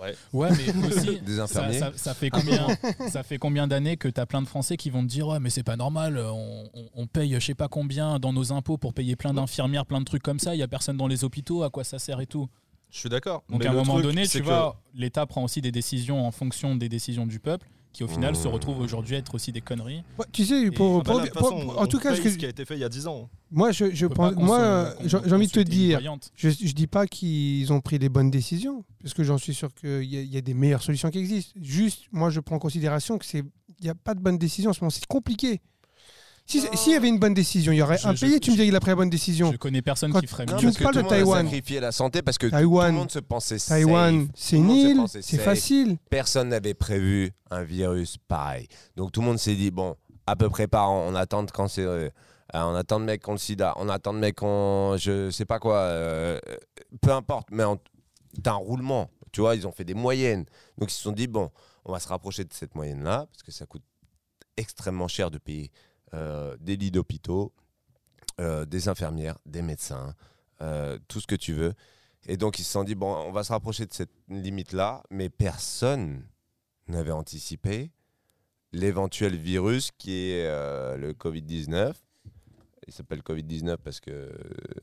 Ouais. Ouais, mais *laughs* aussi. Des Ça, infirmiers. ça- ça *laughs* fait combien, ça fait combien d'années que t'as plein de Français qui vont te dire ouais mais c'est pas normal on, on- on paye je sais pas combien dans nos impôts pour payer plein d'infirmières plein de trucs comme ça il y a personne dans les hôpitaux à quoi ça sert et tout Je suis d'accord. donc mais à un le moment truc, donné c'est tu que- vois l'État prend aussi des décisions en fonction des décisions du peuple qui au final Mmh. se retrouvent aujourd'hui à être aussi des conneries Ouais, Tu sais, Ah pour, Bah, pour- là, de toute pour- façon, pour- on en tout cas, paye ce que ce qui a été fait il y a 10 ans. hein, moi, je, je On peut pense, pas qu'on moi, se- euh, qu'on- j'ai qu'on j'ai envie de se te tienne dire, croyante. je, je dis pas qu'ils ont pris les bonnes décisions, parce que j'en suis sûr qu'il y, a- il y a des meilleures solutions qui existent. Juste, moi, je prends en considération que c'est, il n'y a pas de bonne décision en ce moment. C'est compliqué. Si- S'il y avait une bonne décision, il y aurait Je- un je- pays. tu me je- dirais qu'il a pris la bonne décision. je connais personne Quand- qui ferait Non, Tu mieux parce me que parles tout de le monde a Taïwan. sacrifié la santé parce que tout le Taïwan, monde se pensait Taïwan, safe. c'est Tout le monde s'est une île, pensé c'est safe. facile. Personne n'avait prévu un virus pareil. Donc tout le monde s'est dit bon, à peu près par an, on attend de cancéreux, euh, on attend de mecs qui ont le sida, on attend de mecs qui ont je sais pas quoi, euh, peu importe, mais on- t'as un roulement. Tu vois, ils ont fait des moyennes. Donc ils se sont dit bon, on va se rapprocher de cette moyenne-là parce que ça coûte extrêmement cher de payer euh, des lits d'hôpitaux, euh, des infirmières, des médecins, euh, tout ce que tu veux. Et donc ils se sont dit, bon, on va se rapprocher de cette limite-là, mais personne n'avait anticipé l'éventuel virus qui est euh, le Covid-19. Il s'appelle Covid-19 parce que...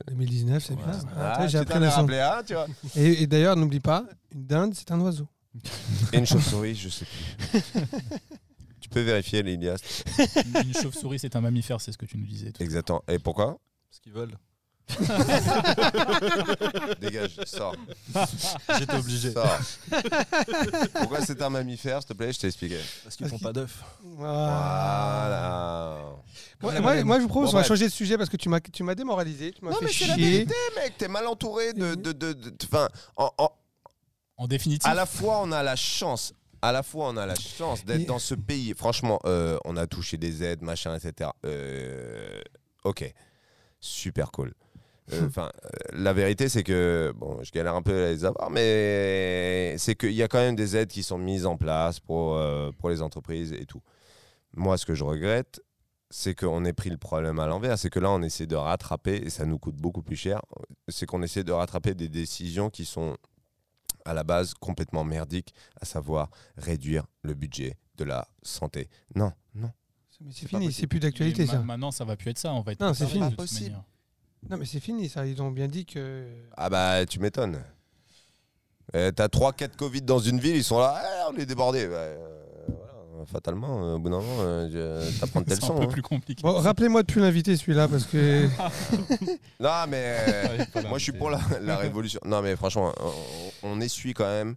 2019, c'est bien. Ah, Attends, tu j'ai t'en appris es la leçon. rappelé, hein, tu vois. Et, et d'ailleurs, n'oublie pas, une dinde, c'est un oiseau. *laughs* Et une chauve-souris, je sais plus. *laughs* tu peux vérifier, Elias. Une- une chauve-souris c'est un mammifère c'est ce que tu nous disais tout à l'heure. Exactement. Et pourquoi Ce qu'ils *laughs* veulent. Dégage, *laughs* sors. J'étais obligé. Sors. pourquoi c'est un mammifère, s'il te plaît Je t'ai expliqué. Parce qu'ils font pas d'œufs. Voilà. Moi, moi, moi, je vous propose, Bon, on va bref. changer de sujet parce que tu m'as tu m'as démoralisé, tu m'as Non, fait mais c'est la chier. vérité, mec. T'es mal entouré de. de, de, de- de- enfin, en- en- en définitive à la fois, on a la chance. À la fois, on a la chance d'être Et- dans ce pays. Franchement, euh, on a touché des aides, machin, etc. Euh, ok. Super cool. Euh, Enfin, euh, la vérité, c'est que bon, je galère un peu à les avoir, mais c'est qu'il y a quand même des aides qui sont mises en place pour euh, pour les entreprises et tout. Moi, ce que je regrette, c'est qu'on ait pris le problème à l'envers. C'est que là, on essaie de rattraper, et ça nous coûte beaucoup plus cher, c'est qu'on essaie de rattraper des décisions qui sont à la base complètement merdiques, à savoir réduire le budget de la santé. Non, non. Mais c'est C'est pas fini, possible. c'est plus d'actualité Mais ma- ça. maintenant ça va plus être ça on va être Non, c'est préparé fini. de toute Impossible. manière. Non, mais c'est fini ça. Ils ont bien dit que. Ah bah, tu m'étonnes. Euh, T'as 3-4 Covid dans une ville, ils sont là, Eh, on est débordés. Bah, euh, voilà, Fatalement, euh, au bout d'un moment, euh, je- *laughs* t'apprends tes c'est un leçons. peu hein. plus compliqué Bon, rappelez-moi de plus l'inviter celui-là parce que. *laughs* Non, mais euh, Ouais, pas la moi je suis montée. pour la, la révolution. Non, mais franchement, on, on essuie quand même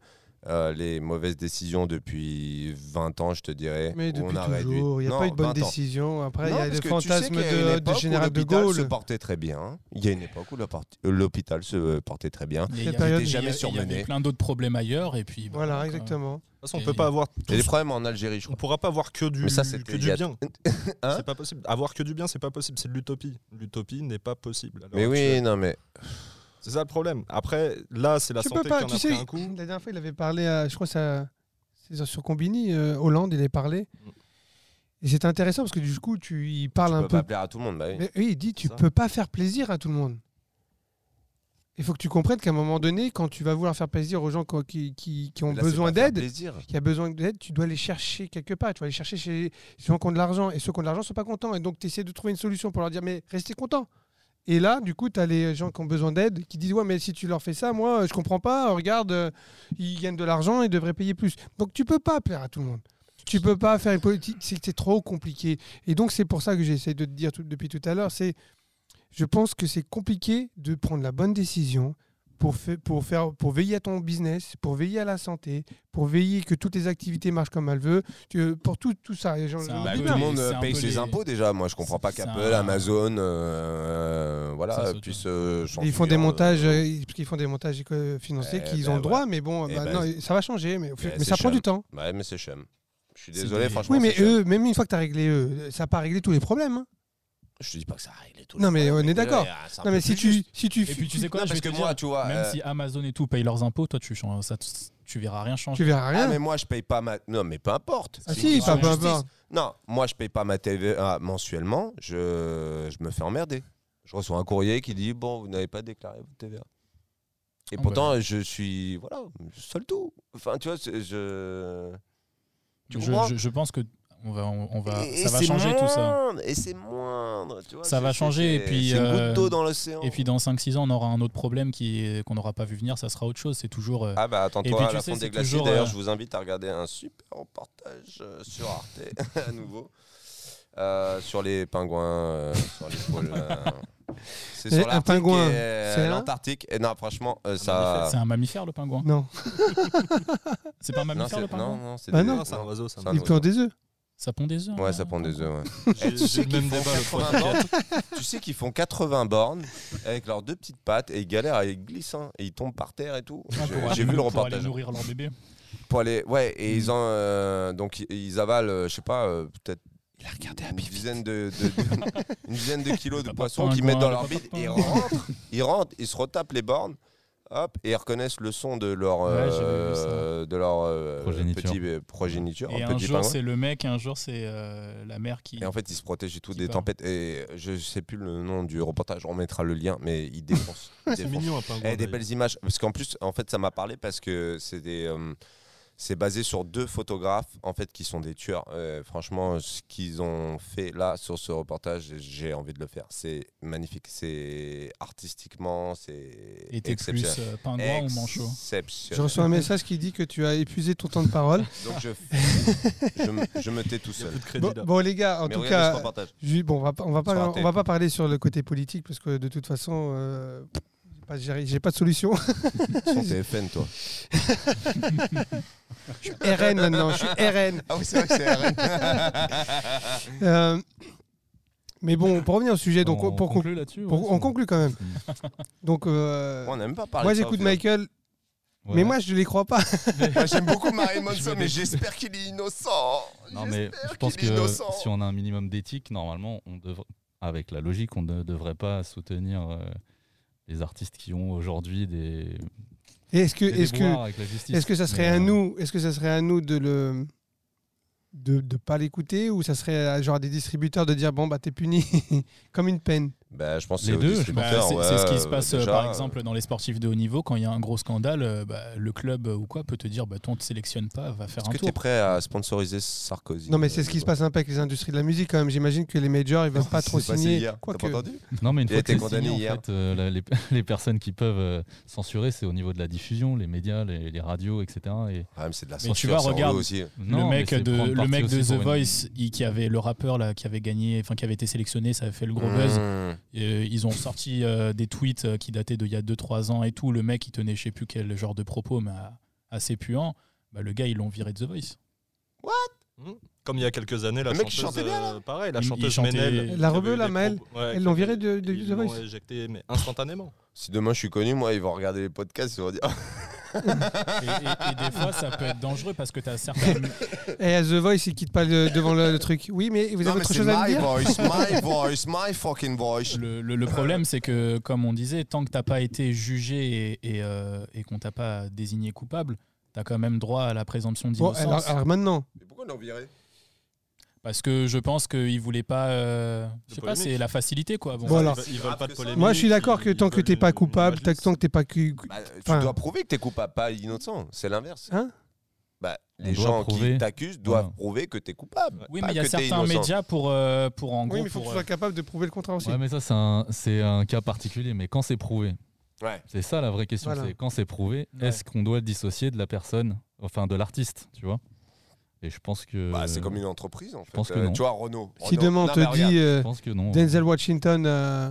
euh, les mauvaises décisions depuis 20 ans, je te dirais. Mais où depuis on a réduit. toujours, il n'y a Non, pas eu de bonne 20 ans. décision. Après, il Non, y a parce le que tu sais fantasme qu'il y a une de, époque du où général de l'hôpital se Gaulle. portait très bien. Il y a une époque où l'hôpita- l'hôpital se portait très bien. Il y Cette avait- période- il y Jamais avait- Il y surmené. avait plein d'autres problèmes ailleurs. Et puis, bah, Voilà, quand- exactement. De toute façon, on Et- peut pas avoir Il y a des tout. problèmes en Algérie, je On crois. pourra pas avoir que du, Mais ça, c'était que il y du a- bien. *laughs* Hein c'est pas possible. Avoir que du bien, c'est pas possible. C'est de l'utopie. L'utopie n'est pas possible. à l'heure Mais actuelle. oui, non, mais C'est ça le problème. Après, là, c'est la tu santé peux qui en pas, a tu pris sais, un coup. la dernière fois, il avait parlé, à, je crois, que c'est à- c'est sur Combini, euh, Hollande, il avait parlé. Et c'est intéressant parce que du coup, tu il parle Mm. tu un peux peu. pas plaire à tout le monde. bah oui. Mais oui, il dit, tu ça. peux pas faire plaisir à tout le monde. Il faut que tu comprennes qu'à un moment donné, quand tu vas vouloir faire plaisir aux gens quoi, qui, qui- qui ont Là, c'est besoin pas faire d'aide, plaisir. Ah, qui a besoin d'aide, tu dois les chercher quelque part. Tu vas les chercher chez ceux qui ont de l'argent. Et ceux qui ont de l'argent sont pas contents. Et donc, tu essaies de trouver une solution pour leur dire, mais restez contents. Et là, du coup, tu as les gens qui ont besoin d'aide qui disent, ouais, mais si tu leur fais ça, moi, je comprends pas. Regarde, euh, ils gagnent de l'argent, ils devraient payer plus. Donc, tu peux pas plaire à tout le monde. Tu peux pas faire une politique, c'est c'est trop compliqué. Et donc, c'est pour ça que j'essaie de te dire tout- depuis tout à l'heure, c'est, je pense que c'est compliqué de prendre la bonne décision pour, fa- pour, faire, pour veiller à ton business, pour veiller à la santé, pour veiller que toutes les activités marchent comme elle veut, tu- pour tout, tout ça. Et j'en- C'est j'en un oublie Bah, tout oui, plein. le monde c'est euh, un paye peu ses les- impôts déjà. Moi, je comprends pas C'est qu'Apple, un- Amazon, euh, Ça voilà, saute, puissent. euh, ils font des s'enfuir, euh, montages, euh, parce qu'ils font des montages éco- financiers Eh qu'ils ben ont le droit, mais bon, Eh maintenant, ben, ça va changer, mais, mais c'est ça prend chum. du temps. Ouais, mais c'est chum. Je suis C'est désolé, des- franchement. Oui, mais c'est chum. eux, même une fois que tu as réglé eux, ça n'a pas réglé tous les problèmes. hein. Je te dis pas que ça a réglé tout. Non, mais on est d'accord. euh, Non, mais si tu, si tu, Et puis, tu sais quoi, Non, je vais parce te que moi, dire, tu vois. même euh, si Amazon et tout payent leurs impôts, toi, tu changes- ça, tu verras rien changer. tu verras Ah, rien. mais moi, je paye pas ma. Non, mais peu importe. Ah C'est si, une hein. ça question peut de justice. avoir. Non, moi, je paye pas ma TVA mensuellement. Je, je me fais emmerder. Je reçois un courrier qui dit Bon, vous n'avez pas déclaré votre TVA. Et Ah, pourtant, je suis. Voilà, seul tout. Enfin, tu vois, c'est- je. Tu je, comprends je- je pense que on va, on, on va, Et- et ça va c'est changer tout ça. moindre, Et c'est moindre. Tu vois, Ça c'est- va c'est- changer, et c'est- puis, C'est une euh, goutte d'eau dans l'océan. Et puis dans 5-6 ans, on aura un autre problème qui qu'on n'aura pas vu venir, ça sera autre chose. C'est toujours. euh, Ah bah Et attends-toi puis, à tu la sais, fonte des c'est glaciers. toujours, D'ailleurs, euh, je vous invite à regarder un super reportage euh, sur Arte, *laughs* à nouveau, euh, sur les pingouins, euh, sur les pôles. euh, C'est Eh, Et sur un l'Arctique pingouin, et, euh, c'est un l'Antarctique. Et non, franchement, euh, ça. C'est un mammifère le pingouin. Non, C'est pas un Non, mammifère le c'est pingouin non, non, c'est Bah des- non. Non, Ah, c'est un oiseau, ça. C'est un ils oiseau. pleurent des œufs. Ça pond des œufs. Ouais, hein, ça pond un des pingouin. œufs. ouais. J'ai- Eh, tu, j'ai sais le qu'ils même font débat, 80 le bornes- tu sais qu'ils font 80 bornes avec leurs deux petites pattes et ils galèrent à glisser hein, et ils tombent par terre et tout. Ah, J'ai- pour J'ai aller- vu le Pour aller reportage. nourrir leur *laughs* bébé. Pour aller, ouais, et Mm. ils ont euh, donc i- ils avalent, euh, je sais pas, euh, peut-être. une dizaine de, de- *laughs* de- une dizaine de kilos de papa poissons qu'ils pingouin, mettent dans le leur papa bide et ils pingouin. rentrent, ils rentrent, ils se retapent les bornes, hop, et ils reconnaissent le son de leur Ouais, j'avais vu euh, de leur euh, Progéniture. petit euh, progéniture, Et un petit jour pingouin. c'est le mec, et un jour c'est euh, la mère qui. Et en fait, ils se protègent et tout Qui des part. tempêtes. Et je sais plus le nom du reportage, on mettra le lien, mais ils *laughs* défoncent. Ils C'est défoncent. mignon, un pingouin. Eh, des d'ailleurs. belles images. Parce qu'en plus, en fait, ça m'a parlé parce que c'est des. euh, c'est basé sur deux photographes en fait qui sont des tueurs. Euh, franchement, ce qu'ils ont fait là sur ce reportage, j'ai envie de le faire. C'est magnifique, c'est artistiquement, c'est Et t'es plus exceptionnel. euh, pingouin ou manchot Exceptionnel. Je reçois un message qui dit que tu as épuisé ton temps *laughs* de parole. Donc je, je, me, je me tais tout Il y a seul. plus de crédit Bon, là. bon, les gars, en Mais tout regardez ce cas, reportage. Ju- bon, on va pas, on va Sur pas, Arte. on va pas parler sur le côté politique parce que de toute façon, euh, j'ai pas- j'ai j'ai pas de solution. Sans TFN, toi. Je suis RN maintenant, je suis RN. Ah oui, c'est vrai que c'est Euh, mais bon, pour revenir au sujet, donc on pour conclure, conclut là-dessus. ouais, on c'est- conclut quand *laughs* même. Donc, euh, *laughs* On n'a même pas parlé. moi de ça, j'écoute au final. Michael, Ouais, mais ouais. moi je les crois pas. *laughs* Moi, j'aime beaucoup Marilyn Je me Manson, mais déteste. j'espère qu'il est innocent. Non, mais J'espère je pense qu'il que est innocent. si on a un minimum d'éthique, normalement, on devrait, avec la logique, on ne devrait pas soutenir euh, les artistes qui ont aujourd'hui des, Et Est-ce que, des est-ce que, déboires avec la justice. est-ce que ça serait à Mais, euh, nous, est-ce que ça serait à nous de le de, de pas l'écouter ou ça serait à, genre à des distributeurs de dire bon bah t'es puni *laughs* comme une peine Bah, je pense que Les c'est aux deux, Bah, distributeurs, c'est ouais, c'est ce qui euh, se passe euh, déjà, par euh, exemple dans les sportifs de haut niveau quand il y a un gros scandale, euh, bah, le club euh, ou quoi peut te dire bah toi on te sélectionne pas, va faire Est-ce que un tu tour. es prêt à sponsoriser Sarkozy Non mais c'est ce qui se passe un peu avec les industries de la musique quand même. J'imagine que les majors ils veulent *laughs* pas trop signer. T'as pas Quoique- entendu Non, mais une Il a fois que été c'est condamné signé, en hier. fait, euh, la- les, *laughs* les personnes qui peuvent euh, censurer, c'est au niveau de la diffusion, les médias, les, les radios, etc. Et Ah, mais c'est de la tu censure. vois, ça, on le regarde. aussi. non, mais le mec c'est prendre de, le parti mec de aussi The pour une- Voice, il- qui avait le rappeur là, qui avait gagné, enfin qui avait été sélectionné, ça avait fait le gros buzz. Mmh. Et, euh, ils ont sorti euh, des tweets euh, qui dataient d'il y a 2-3 ans et tout. Le mec, il tenait je sais plus quel genre de propos, mais à, assez puant, bah, le gars, ils l'ont viré de The Voice. Comme il y a quelques années, la Le mec, il chanteuse. chantait bien, euh, pareil, la Il- il chanteuse chantait- Menel. La qui rebeu, avait eu la des Maëlle, propos- ouais, Ils l'ont qui- viré de, de Ils The l'ont Voice. éjecté, mais instantanément. Si demain je suis connu, moi, ils vont regarder les podcasts, ils vont dire Ah, Et, et- et des fois, ça peut être dangereux parce que tu as certaines. Et à The Voice, ils quittent pas le- devant le, le truc. Oui, mais vous avez non, mais autre c'est hein. chose à me my dire voice, *laughs* my voice, my fucking voice. Le, le- le problème, c'est que, comme on disait, tant que t'as pas été jugé et, et, euh, et qu'on t'a pas désigné coupable, t'as quand même droit à la présomption Bon, d'innocence. alors, alors maintenant, Mais pourquoi l'ont viré Parce que je pense qu'ils voulaient pas. euh, je De sais pas, polémique. c'est la facilité, quoi. Bon, Bon, alors, ils, veulent- ils veulent pas de polémique. moi je suis d'accord que ils tant que veulent t'es pas une- coupable, une tant justice. que t'es pas cu- cu- Bah, Tu Enfin- dois prouver que t'es coupable, pas innocent. C'est l'inverse. Hein bah, On les doit gens prouver. qui t'accusent doivent Ouais. prouver que t'es coupable. Oui, pas mais il y a que t'es certains innocent. médias pour, euh, pour en gros. Oui, mais il faut que pour, tu euh, sois capable de prouver le contraire aussi. Ouais, mais ça, c'est un, c'est un cas particulier, mais quand c'est prouvé, Ouais. c'est ça la vraie question, Voilà. c'est quand c'est prouvé, Ouais. est-ce qu'on doit le dissocier de la personne, enfin de l'artiste, tu vois Et je pense que. Bah, c'est comme une entreprise en fait. Euh, pense que Euh, non. Tu vois, Renault. Si demain on te dit euh, Je pense que non. Denzel Washington, euh,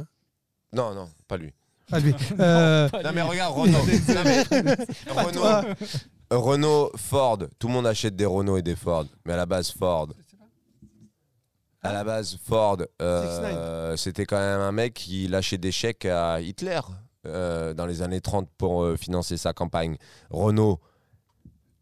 Non, non, pas lui. *laughs* ah, lui, euh, Non, mais regarde, *laughs* Renault. Non, mais- toi. Renault. Euh, Renault, Ford. Tout le monde achète des Renault et des Ford. Mais à la base, Ford. À la base, Ford, euh, c'était quand même un mec qui lâchait des chèques à Hitler euh, dans les années 30 pour euh, financer sa campagne. Renault,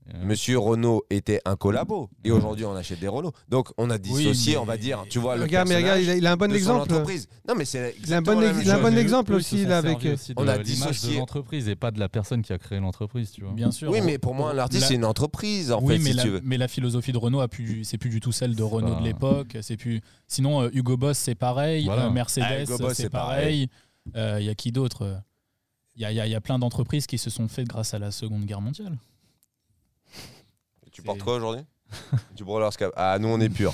Euh, Monsieur Renault était un collabo. Et aujourd'hui, on achète des Renault. Donc, on a dissocié, mais- on va dire, tu vois, le regarde, mais regarde, personnage il a, il a un bon de son exemple. entreprise. Non, mais c'est Il a un exactement bon, la ex- même il a un chose. bon mais eux, exemple eux, ils aussi, se sont là, avec, euh, servis aussi de On a l'image de dissocié- l'entreprise et pas de la personne qui a créé l'entreprise, tu vois. Bien sûr. Oui, mais pour moi, un artiste, La- c'est une entreprise, en oui, fait, mais, si la, tu veux. mais la philosophie de Renault, a plus, c'est plus du tout celle de Renault pas- de l'époque. C'est plus. Sinon, euh, Hugo Boss, c'est pareil. Voilà. euh, Mercedes, Ah, Hugo Boss, c'est c'est pareil. Il y a qui d'autre Il y a, y a- y a plein d'entreprises qui se sont faites grâce à la Seconde Guerre mondiale. Tu c'est- portes quoi aujourd'hui *laughs* Du Brawler Scab. Ah, nous, on est *laughs* pur.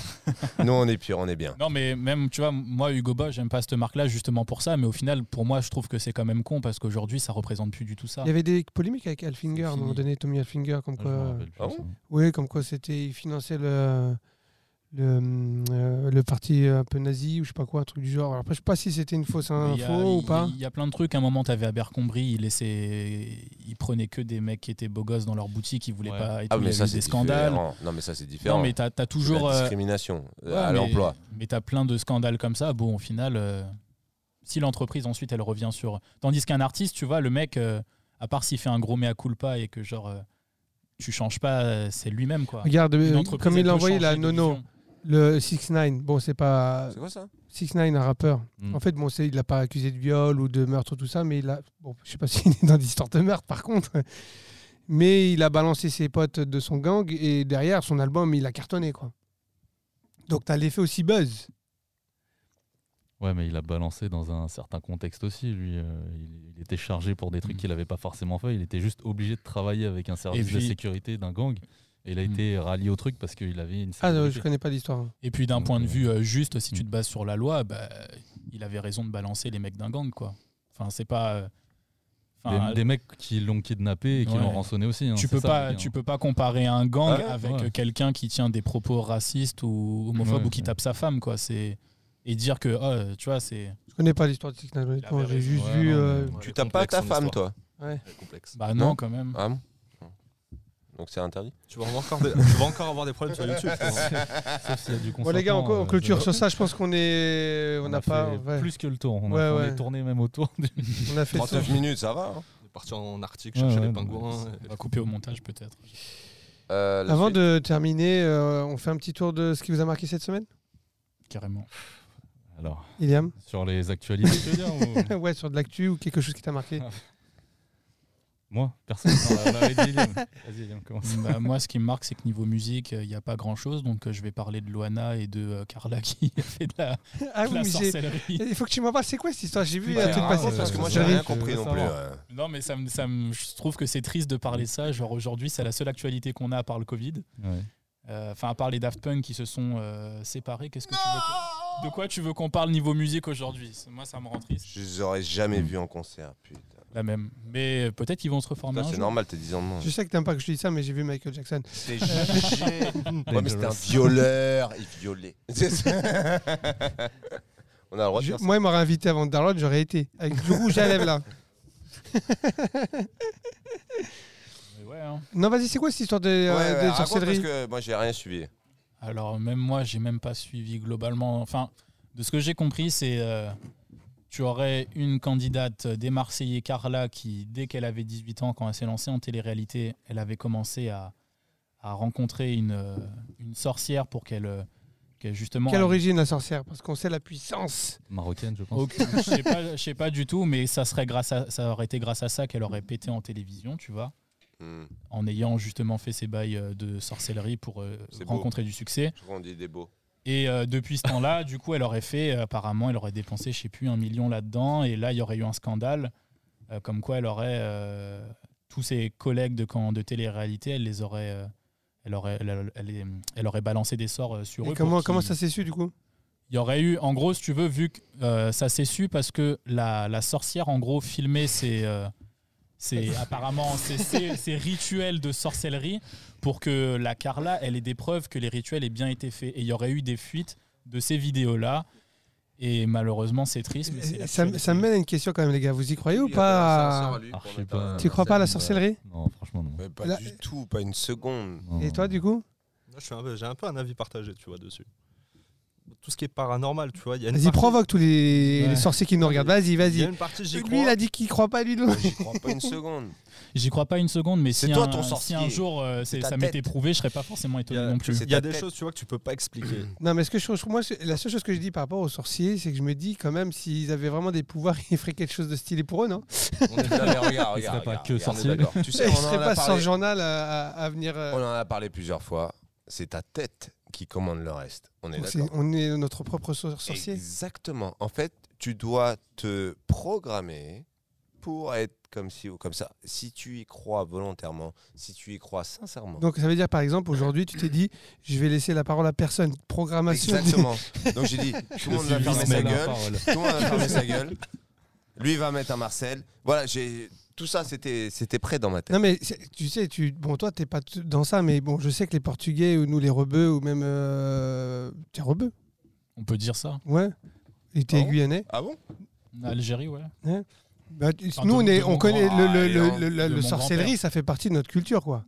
nous, on est pur, on est bien. Non, mais même, tu vois, moi, Hugo Boss, j'aime pas cette marque-là justement pour ça. Mais au final, pour moi, je trouve que c'est quand même con parce qu'aujourd'hui, ça représente plus du tout ça. Il y avait des polémiques avec Alfinger, à un C'est moment fini. donné, Tommy Alfinger, comme Ah, je me quoi. rappelle plus, Ah bon ça. Oui, comme quoi c'était, il finançait le, le, euh, le parti un peu nazi ou je sais pas quoi, un truc du genre. Alors après, je sais pas si c'était une fausse Mais il y a- info ou il- pas. Il y a plein de trucs. À un moment, tu avais Abercrombie, il laissait, il prenait que des mecs qui étaient beaux gosses dans leur boutique, ils voulaient Ouais. pas. et Ah, tout, il y mais a ça, eu c'est des scandales. différent. Non, mais ça, c'est différent. Non, mais t'as as C'est toujours la euh, discrimination euh, ouais, à mais- l'emploi. Mais t'as plein de scandales comme ça. Bon, au final, euh, si l'entreprise ensuite elle revient sur, tandis qu'un artiste, tu vois, le mec, euh, à part s'il fait un gros mea culpa et que genre euh, tu changes pas, euh, c'est lui-même quoi. Regarde, Une euh, entreprise, comme elle il peut a envoyé changer la de Nono, vision. le 6 9 Bon, c'est euh, pas C'est quoi ça 6 9 un rappeur. Mm. En fait, bon, c'est, il l'a pas accusé de viol ou de meurtre tout ça, mais il a, bon, je sais pas *laughs* s'il est dans des histoires de meurtre par contre. Mais il a balancé ses potes de son gang et derrière son album, il a cartonné quoi. Donc t'as l'effet aussi buzz. Ouais, mais il a balancé dans un certain contexte aussi. Lui, euh, il, il était chargé pour des trucs Mm. qu'il n'avait pas forcément fait. Il était juste obligé de travailler avec un service de puis- sécurité d'un gang. Et il a Mm. été rallié au truc parce qu'il avait une. Ah, non, célébrité. je connais pas l'histoire. Et puis d'un Donc, point de euh, vue euh, juste, si tu mm. te bases sur la loi, bah, il avait raison de balancer les mecs d'un gang quoi. Enfin, c'est pas. euh, enfin, Des, des mecs qui l'ont kidnappé et qui Ouais. l'ont rançonné aussi. hein, tu c'est peux ça, pas, le gars, tu hein. peux pas comparer un gang Ouais, avec ouais. euh, quelqu'un qui tient des propos racistes ou homophobes Ouais, ou qui ouais. tape sa femme, quoi. C'est et dire que, oh, euh, tu vois, c'est Je connais pas l'histoire de Six Nine, honnêtement. avait J'ai raison. juste Ouais, vu. non, mais- euh, Ouais, Tu tapes pas complexe, ta son femme, histoire. toi ouais. Elle est complexe. bah non, Non. quand même. Ah bon Donc, c'est interdit Tu vas encore, des- tu vas encore avoir des problèmes sur YouTube. Sauf s'il y a Ah, du Bon les gars, on, consentement, on euh, clôture je- sur ça. Je pense qu'on est, on n'a pas, fait ouais. plus que le tour. On Ouais, a on ouais. est tourné même autour. Du... on a fait le 39 tour. minutes, ça va. hein On est parti en Arctique Ouais, chercher ouais, les non, mais pingouins. On va couper au montage peut-être. Euh, la Avant suite. de terminer, euh, on fait un petit tour de ce qui vous a marqué cette semaine, Carrément. *laughs* Alors, Iliam sur les actualités, tu veux dire, ou- *laughs* Ouais, sur de l'actu ou quelque chose qui t'a marqué. *laughs* Moi, personne. Non, on avait dit, Liam. Vas-y, Liam, commence. Bah, moi, ce qui me marque, c'est que niveau musique, il n'y a pas grand-chose. Donc, euh, je vais parler de Loana et de euh, Carla qui *laughs* a fait de la, Ah de oui, la mais j'ai- sorcellerie. il faut que tu m'en parles. C'est quoi cette histoire J'ai vu Bah, un truc ah, passer. euh, parce que moi, j'ai J'avais- rien je veux compris non plus. hein. savoir. ouais. Non, mais ça me, ça me- je trouve que c'est triste de parler ça. Genre, aujourd'hui, c'est la seule actualité qu'on a à part le Covid. Ouais. Euh, Enfin, à part les Daft Punk qui se sont euh, séparés. Qu'est-ce que tu veux qu'on- De quoi tu veux qu'on parle niveau musique aujourd'hui C'est- Moi, ça me rend triste. Je les aurais jamais Hmm. vus en concert, putain. La même. Mais euh, peut-être qu'ils vont se reformer. Putain, un c'est jour. normal, t'es 10 ans de moins. Je sais que t'aimes pas que je dise ça, mais j'ai vu Michael Jackson. C'est *laughs* jugé. Ouais, mais c'était un Dangerous. violeur, il *laughs* violait. C'est ça. On a le droit de Je- faire ça. moi, il m'aurait invité avant Darlot, j'aurais été avec du rouge à lèvres là. Mais ouais, ouais. hein. Non, vas-y, c'est quoi cette histoire des, euh, Ouais, ouais, des raconte, sorcelleries parce que moi j'ai rien suivi. Alors même moi, j'ai même pas suivi globalement. Enfin, de ce que j'ai compris, c'est euh, tu aurais une candidate des Marseillais, Carla, qui dès qu'elle avait 18 ans, quand elle s'est lancée en télé-réalité, elle avait commencé à, à rencontrer une, euh, une sorcière pour qu'elle euh, qu'elle, justement Quelle elle- origine la sorcière Parce qu'on sait la puissance. Marocaine, je pense. Ok, *laughs* je sais pas, je sais pas du tout, mais ça serait grâce à, ça aurait été grâce à ça qu'elle aurait pété en télévision, tu vois, Hmm, en ayant justement fait ses bails euh, de sorcellerie pour euh, C'est beau. rencontrer du succès. souvent on dit des beaux. Et euh, depuis ce temps-là, du coup, elle aurait fait, euh, apparemment, elle aurait dépensé, je sais plus, un million là-dedans. Et là, il y aurait eu un scandale, euh, comme quoi elle aurait euh, tous ses collègues de camp de télé-réalité, elle les aurait, euh, elle aurait, elle, elle les- elle aurait balancé des sorts euh, sur Et eux. pour comment, qu'ils- comment ça s'est su du coup Il y aurait eu, en gros, si tu veux, vu que euh, ça s'est su parce que la, la sorcière, en gros, filmait ses, euh, *laughs* ses- apparemment ses, ses- ses rituels de sorcellerie pour que la Carla, elle ait des preuves que les rituels aient bien été faits. Et il y aurait eu des fuites de ces vidéos-là. Et malheureusement, c'est triste. Mais c'est Et Ça, l'actualité. ça me mène à une question quand même, les gars. Vous y croyez ou pas à- Ah, je sais pas. Tu crois pas à la sorcellerie Non, franchement, non. Mais pas La- du tout, pas une *laughs* seconde. Non. Et toi, du coup Moi, je suis un peu- J'ai un, peu un avis partagé, tu vois, dessus. Tout ce qui est paranormal, tu vois. il Y a une Vas-y, partie- provoque tous les, Ouais. les sorciers qui nous regardent. Vas-y, Il y a vas-y. une partie, j'y Lui, crois. il a dit qu'il croit pas, lui, non. Moi, J'y crois pas une seconde. J'y crois pas une seconde, mais C'est si, toi un, ton si sorcier. un jour euh, C'est c'est- ta ça m'était tête. prouvé, je serais pas forcément étonné Il y a- non plus. c'est Il y a ta des tête. choses, tu vois, que tu peux pas expliquer. Non, mais ce que je trouve, moi, c'est- la seule chose que je dis par rapport aux sorciers, c'est que je me dis quand même, s'ils avaient vraiment des pouvoirs, *laughs* ils feraient quelque chose de stylé pour eux, non On est là, mais regarde, Il serait regarde, pas regarde, que regarde, on est sorcier. d'accord. Tu sais, Ils on en, seraient a pas sans parlé, journal à, à- à venir. euh, on en a parlé plusieurs fois. C'est ta tête qui commande le reste. On est c'est- d'accord. on est notre propre sor- sorcier. Exactement. En fait, tu dois te programmer pour être comme si ou comme ça. Si tu y crois volontairement, si tu y crois sincèrement. Donc ça veut dire par exemple aujourd'hui tu t'es dit je vais laisser la parole à personne programmation des- Exactement. Donc *laughs* j'ai dit, tout le monde va Sylvie fermer se sa mêle à la gueule. parole. Tout le monde va fermer sa gueule. Lui va mettre un Marcel. Voilà, j'ai tout ça, c'était c'était prêt dans ma tête. *laughs* Non mais c'est- tu sais, tu bon toi t'es pas t- dans ça, mais bon je sais que les Portugais ou nous les rebeux ou même euh... t'es rebeux, On peut dire ça. ouais, et t'es Ah bon guyanais. Ah bon Algérie, ouais. Bah, tu- Enfin, nous de- on, est, de on mon connaît grand- le, ah, le- allez, le- hein, le- la- de le mon sorcellerie, grand-père. Mmh. ça fait partie de notre culture quoi.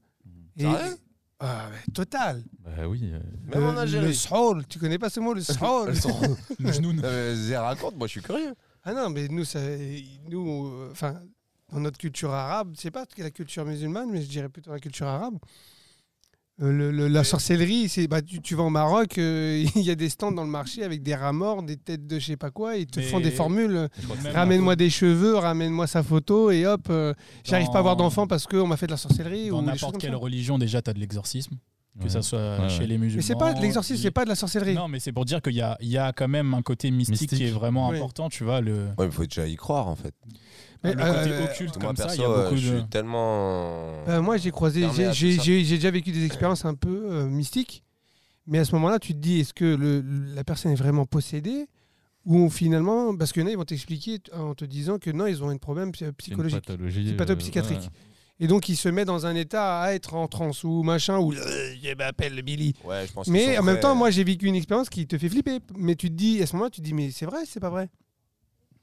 Et... Sérieux Ah, mais total. Bah oui. euh, Même Le- en Algérie. Le soul, tu connais pas ce *laughs* mot le soul Le genou. Non, mais Zé, Euh, raconte, moi je suis curieux. Ah non, mais nous, ça, nous, euh, enfin, dans notre culture arabe, c'est pas la culture musulmane, mais je dirais plutôt la culture arabe. Euh, le- le- la sorcellerie, c'est bah, tu, tu vas au Maroc, euh, *laughs* il y a des stands dans le marché avec des rats morts, des têtes de je sais pas quoi, ils te Mais- font des formules. je crois que Même- c'est- Ramène-moi des cheveux, ramène-moi sa photo et hop, euh, j'arrive Dans- pas à avoir d'enfant parce qu'on m'a fait de la sorcellerie Dans ou des choses n'importe comme quelle ça. religion, déjà, tu as de l'exorcisme. que Ouais. ça soit Ouais, chez ouais. les musulmans. Mais c'est pas de l'exorcisme, il- c'est pas de la sorcellerie. Non, mais c'est pour dire qu'il y a, il y a quand même un côté mystique, Mystique. qui est vraiment Oui. important, tu vois. Le, Ouais, il faut déjà y croire en fait. Mais, le euh, côté euh, occulte, Moi comme perso, ça, il y a euh, beaucoup je de. suis tellement. Euh, moi, j'ai croisé, fermé à j'ai- tout j'ai ça. j'ai- j'ai déjà vécu des expériences un peu euh, mystiques, mais à ce moment-là, tu te dis, est-ce que le- la personne est vraiment possédée ou finalement, parce qu'il y en a, ils vont t'expliquer t- en te disant que non, ils ont un problème psy- c'est une psychologique. pathologie, C'est une euh, pathopsychiatrique. ouais. Et donc, il se met dans un état à être en transe ou machin, ou euh, je m'appelle Billy. Ouais, je pense qu'ils Mais sont en même très- temps, moi, j'ai vécu une expérience qui te fait flipper. Mais tu te dis, à ce moment-là, tu te dis, mais c'est vrai, c'est pas vrai.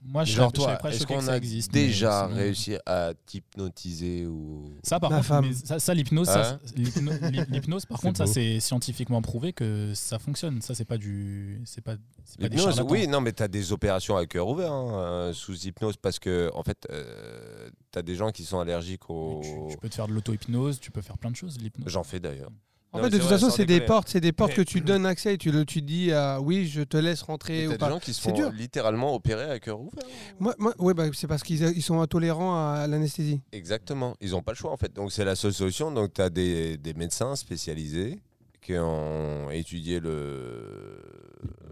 Moi, Ah, je serais- Genre je serais toi, pas est-ce choqué que qu'on ça a existe, mais déjà sinon- euh, réussi à t'hypnotiser ou Ça, par Ma contre, femme. mais ça, ça, l'hypnose, ça- Hein l'hypno- l'hyp- l'hypnose, par C'est contre, ça, beau. c'est scientifiquement prouvé que ça fonctionne. Ça, c'est pas du. C'est pas, c'est pas des L'hypnose, charlatans. oui, non, mais t'as des opérations à cœur ouvert hein, euh, sous hypnose parce que, en fait, euh, t'as des gens qui sont allergiques Mais au. Tu, tu peux te faire de l'auto-hypnose, tu peux faire plein de choses, l'hypnose. J'en fais d'ailleurs. En Non, fait, mais de toute vrai, façon, sans c'est des déconner. portes, c'est des portes Mais- que tu donnes accès et tu, le, tu dis, ah, oui, je te laisse Et rentrer T'as ou des pas. gens qui se C'est font dur. littéralement opérer à cœur ouvert. Moi, moi- ouais, bah, c'est parce qu'ils ils sont intolérants à l'anesthésie. Exactement. Ils n'ont pas le choix en fait. Donc c'est la seule solution. Donc tu as des, des médecins spécialisés qui ont étudié le,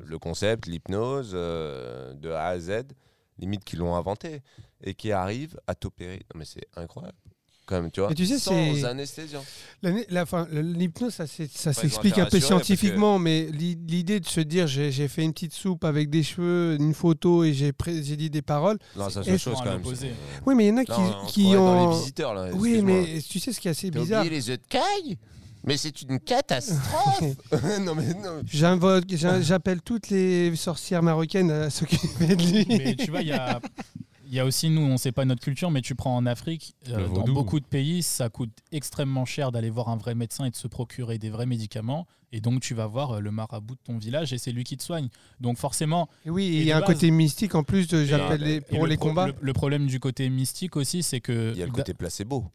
le concept, l'hypnose euh, de A à Z, limite qui l'ont inventé et qui arrivent à t'opérer. Non mais c'est incroyable. Quand même, tu vois. Et tu sais, sans c'est- anesthésiant. L'ane- la- enfin, le- L'hypnose, ça, s'est- ça Bah, ils ont s'explique été un peu rassurés parce que- scientifiquement, mais l'i- l'idée de se dire j'ai j'ai fait une petite soupe avec des cheveux, une photo et j'ai pré- j'ai dit des paroles. Non, ça Et- c'est autre chose à quand même. l'opposé. C'est- Oui, mais il y en a qui, Là, on- on se qui croirait dans les ont. visiteurs là. Oui, excuse-moi. mais tu sais ce qui est assez T'as bizarre oublié les œufs de caille Mais c'est une catastrophe. *laughs* *laughs* non mais non. J'invoque, j'in- j'appelle toutes les sorcières marocaines à s'occuper de lui. Mais tu vois, il y a, il Il y a aussi, nous, on ne sait pas notre culture, mais tu prends en Afrique, euh, Le dans vaudou. beaucoup de pays, ça coûte extrêmement cher d'aller voir un vrai médecin et de se procurer des vrais médicaments. Et donc, tu vas voir euh, le marabout de ton village et c'est lui qui te soigne. Donc, forcément, Et oui, Et il y a de un base- côté mystique en plus, de, Et- euh, j'appelle les- et pour le les pro- combats. Le, le problème du côté mystique aussi, c'est que. Il Eh y a le ben, côté placebo.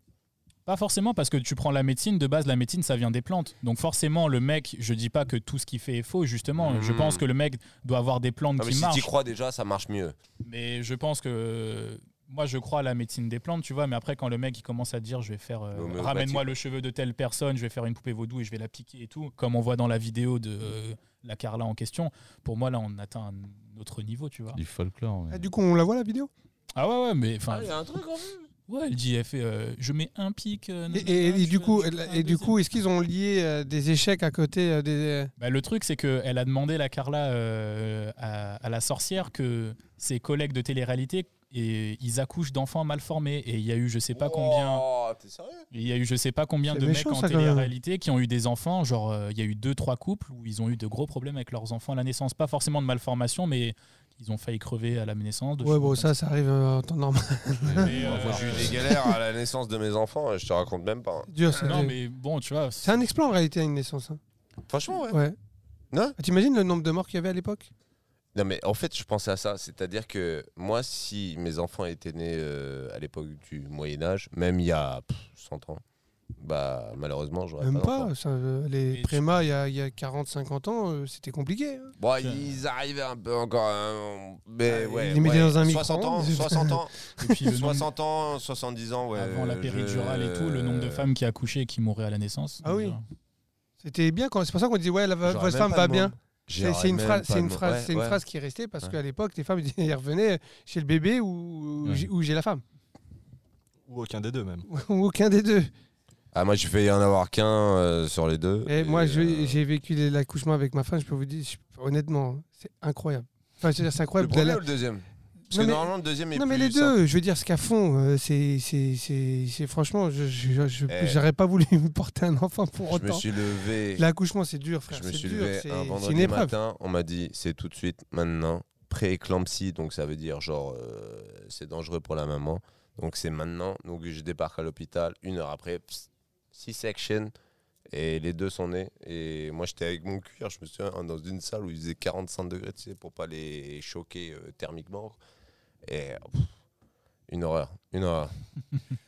Pas forcément parce que tu prends la médecine, de base la médecine ça vient des plantes. Donc forcément le mec, je dis pas que tout ce qu'il fait est faux, justement, Mhm. je pense que le mec doit avoir des plantes Ah, mais qui si marchent. tu crois déjà, ça marche mieux. Mais je pense que moi je crois à la médecine des plantes, tu vois, mais après quand le mec il commence à dire je vais faire euh, L'homéopathie, ramène-moi le cheveu de telle personne, je vais faire une poupée vaudou et je vais la piquer et tout, comme on voit dans la vidéo de euh, la Carla en question, pour moi là on atteint un autre niveau, tu vois. Du folklore. mais- Ah, du coup, on la voit la vidéo Ah ouais ouais, mais enfin y a un truc en vue. ouais, elle dit elle fait euh, je mets un pic euh, Et, nanana, et- et je du fais- coup, je fais elle- un et du deuxième. coup, est-ce qu'ils ont lié euh, des échecs à côté euh, des Bah, le truc, c'est qu'elle a demandé, la Carla, euh, à, à la sorcière que ses collègues de télé-réalité, et, ils accouchent d'enfants mal formés. Et il y a eu je sais pas combien, Oh, t'es sérieux il y a eu je sais pas combien C'est de méchant, mecs en ça, quand même. télé-réalité qui ont eu des enfants. Genre, euh, il y a eu deux, trois couples où ils ont eu de gros problèmes avec leurs enfants à la naissance. Pas forcément de malformation, mais ils ont failli crever à la naissance. de Ouais, choses bon, comme ça, ça arrive euh, en temps normal. *laughs* Mais, euh, enfin, J'ai eu des galères à la naissance de mes enfants, je te raconte même pas. hein. C'est dur, ça. Euh, Non, mais bon, tu vois. C'est un exploit en réalité, une naissance. hein. Franchement, ouais. Ouais. Non Ah, T'imagines le nombre de morts qu'il y avait à l'époque Non, mais en fait, je pensais à ça. C'est-à-dire que moi, si mes enfants étaient nés euh, à l'époque du Moyen-Âge, même il y a pff, 100 ans, bah malheureusement, j'aurais Même pas. pas. d'enfants. ça, euh, les tu- prémas, il y a, il y a 40-50 ans, euh, c'était compliqué. hein. Bon, ils arrivaient un peu encore. hein, mais Ah, ouais. ils les mettaient ouais, dans un 60 ans, micro-ondes. 60 ans, Et puis le nombre- 60 ans, 70 ans, ouais. avant la je- péridurale et tout, le nombre de femmes qui accouchaient et qui mouraient à la naissance. euh, Ah oui. Déjà. C'était bien. quand- C'est pour ça qu'on dit ouais, la, J'aurais votre même femme pas va de bien. nom. C'est J'aurais c'est une même phrase, pas c'est de une nom. phrase, Ouais, c'est une ouais. phrase qui est restée parce Ouais. qu'à l'époque, les femmes *laughs* elles revenaient chez le bébé ou, ou Ouais. j'ai- ou j'ai la femme *laughs* Ou aucun des deux, même. ou aucun des deux. Ah, moi, j'ai failli en avoir qu'un euh, sur les deux. Et moi, je- euh, j'ai vécu les- l'accouchement avec ma femme. Je peux vous dire, je- honnêtement, c'est incroyable. Enfin, je veux dire, c'est Le incroyable. premier d'aller- ou le deuxième Parce Non, que mais- normalement, le deuxième est non, plus mais les simple. deux, je veux dire, ce qu'à fond, euh, c'est, c'est, c'est, c'est- franchement, je, je- je- Eh. j'aurais pas voulu *laughs* me porter un enfant pour Je me autant. suis levé. L'accouchement, c'est dur, frère. Je me c'est suis dur, levé c'est, un c'est une vendredi épreuve. matin, on m'a dit c'est tout de suite, maintenant, pré-éclampsie, donc ça veut dire genre euh, c'est dangereux pour la maman, donc c'est maintenant, donc je débarque à l'hôpital, une heure après, pss, C-section, et les deux sont nés, et moi j'étais avec mon cuir, je me souviens, hein, dans une salle où il faisait 45 degrés, tu sais, pour pas les choquer euh, thermiquement, et pff, une horreur, une horreur,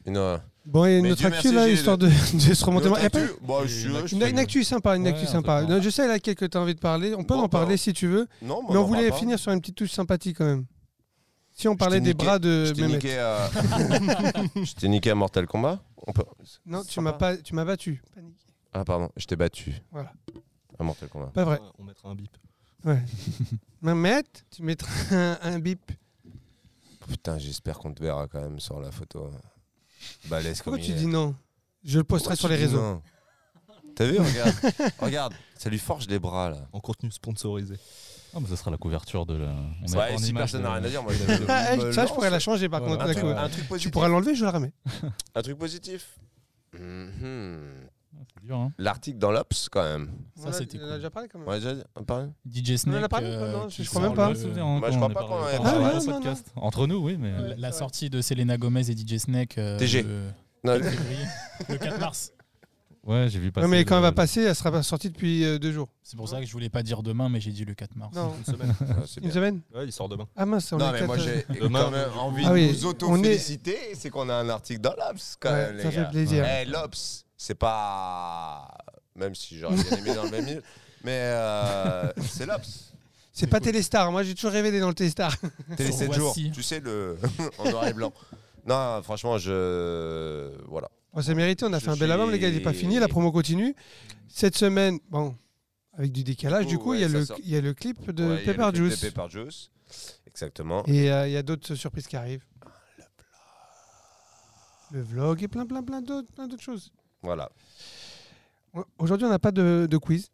une *laughs* horreur. Bon, et Mais notre Dieu actu, merci, là, j'ai histoire de, *laughs* de se remonter. Notre Eh, pas- actu- Bah, je suis- Une je Une, fais- une actu sympa, une Ouais, actu on sympa. peut pas. Non, je sais laquelle que tu as envie de parler. On peut Bon, en parler bah, si tu veux. Non, Mais on en voulait parle pas. finir sur une petite touche sympathique quand même. Si on parlait t'ai des niqué, bras de Je t'ai Mehmet. niqué à. *laughs* je t'ai niqué à Mortal Kombat On peut- Non, tu Sympa. m'as pas, tu m'as battu. Pas niqué. Ah, pardon, je t'ai battu. Voilà. À Mortal Kombat. Pas vrai. Ouais, On mettra un bip. Mehmet, tu mettras un, un bip. Putain, j'espère qu'on te verra quand même sur la photo. euh, Balèze comme Pourquoi tu il est. dis non Je le posterai Pourquoi sur tu les dis réseaux. non T'as vu, regarde. *laughs* regarde, ça lui forge les bras là. En contenu sponsorisé. Ah, mais ça sera la couverture de la. on met pas Ouais, en si image personne euh, de- n'a rien à dire, *laughs* moi Ah, je ça, je pourrais la changer par Voilà. contre. un la truc, couve. un truc Tu positif. pourras l'enlever, je la remets. Un truc positif. Mhm. Ah, C'est dur, hein. L'article dans l'Obs quand même. Ça, On a- c'était on a cool. déjà parlé quand même. On a déjà dit- on parle DJ On en Snake. a parlé, euh, non, qui je crois même sort pas. Je le- me souviens, hein, Moi, Bah, je crois quand on pas qu'on en ait est parlé. parlé Ah, au non, podcast. Entre nous, oui, mais. Ouais. La sortie de Selena Gomez et DJ Snake euh, TG. le Non, *laughs* 4 février, le 4 mars. Ouais, j'ai vu Ouais, passer. mais quand elle va le- passer, elle sera pas sortie depuis euh, deux jours. C'est pour ça que je voulais pas dire demain, mais j'ai dit le 4 mars. Non, Une *laughs* semaine. ah, c'est une bien. semaine Ouais, il sort demain. Ah mince, on Non, est mais quatre, moi euh, j'ai Demain, quand même du coup. envie Ah de oui, nous auto-féliciter, c'est qu'on a un article dans l'Obs quand ouais, même, les ça fait gars. plaisir. Eh, l'Obs, c'est pas. Même si j'aurais bien aimé dans le même île, mais euh, c'est *laughs* l'Obs. C'est pas Téléstar, moi j'ai toujours rêvé d'être dans le Téléstar. Télé Sur 7 jours, Voici. tu sais, le *laughs* en noir et blanc. Non, franchement, je. Voilà. Bon, c'est mérité, on a Je fait un bel album, les gars, il n'est pas suis- Mm. fini, la promo continue. Cette semaine, bon, avec du décalage, du Oh, coup, ouais, il y a ça le- sort. il y a le clip de Ouais, il y a Pepper le clip Juice. De Pepper Juice, exactement. Et euh, il y a d'autres surprises qui arrivent. Le vlog et plein, plein, plein d'autres, plein d'autres choses. Voilà. O- Aujourd'hui, on n'a pas de, de quiz.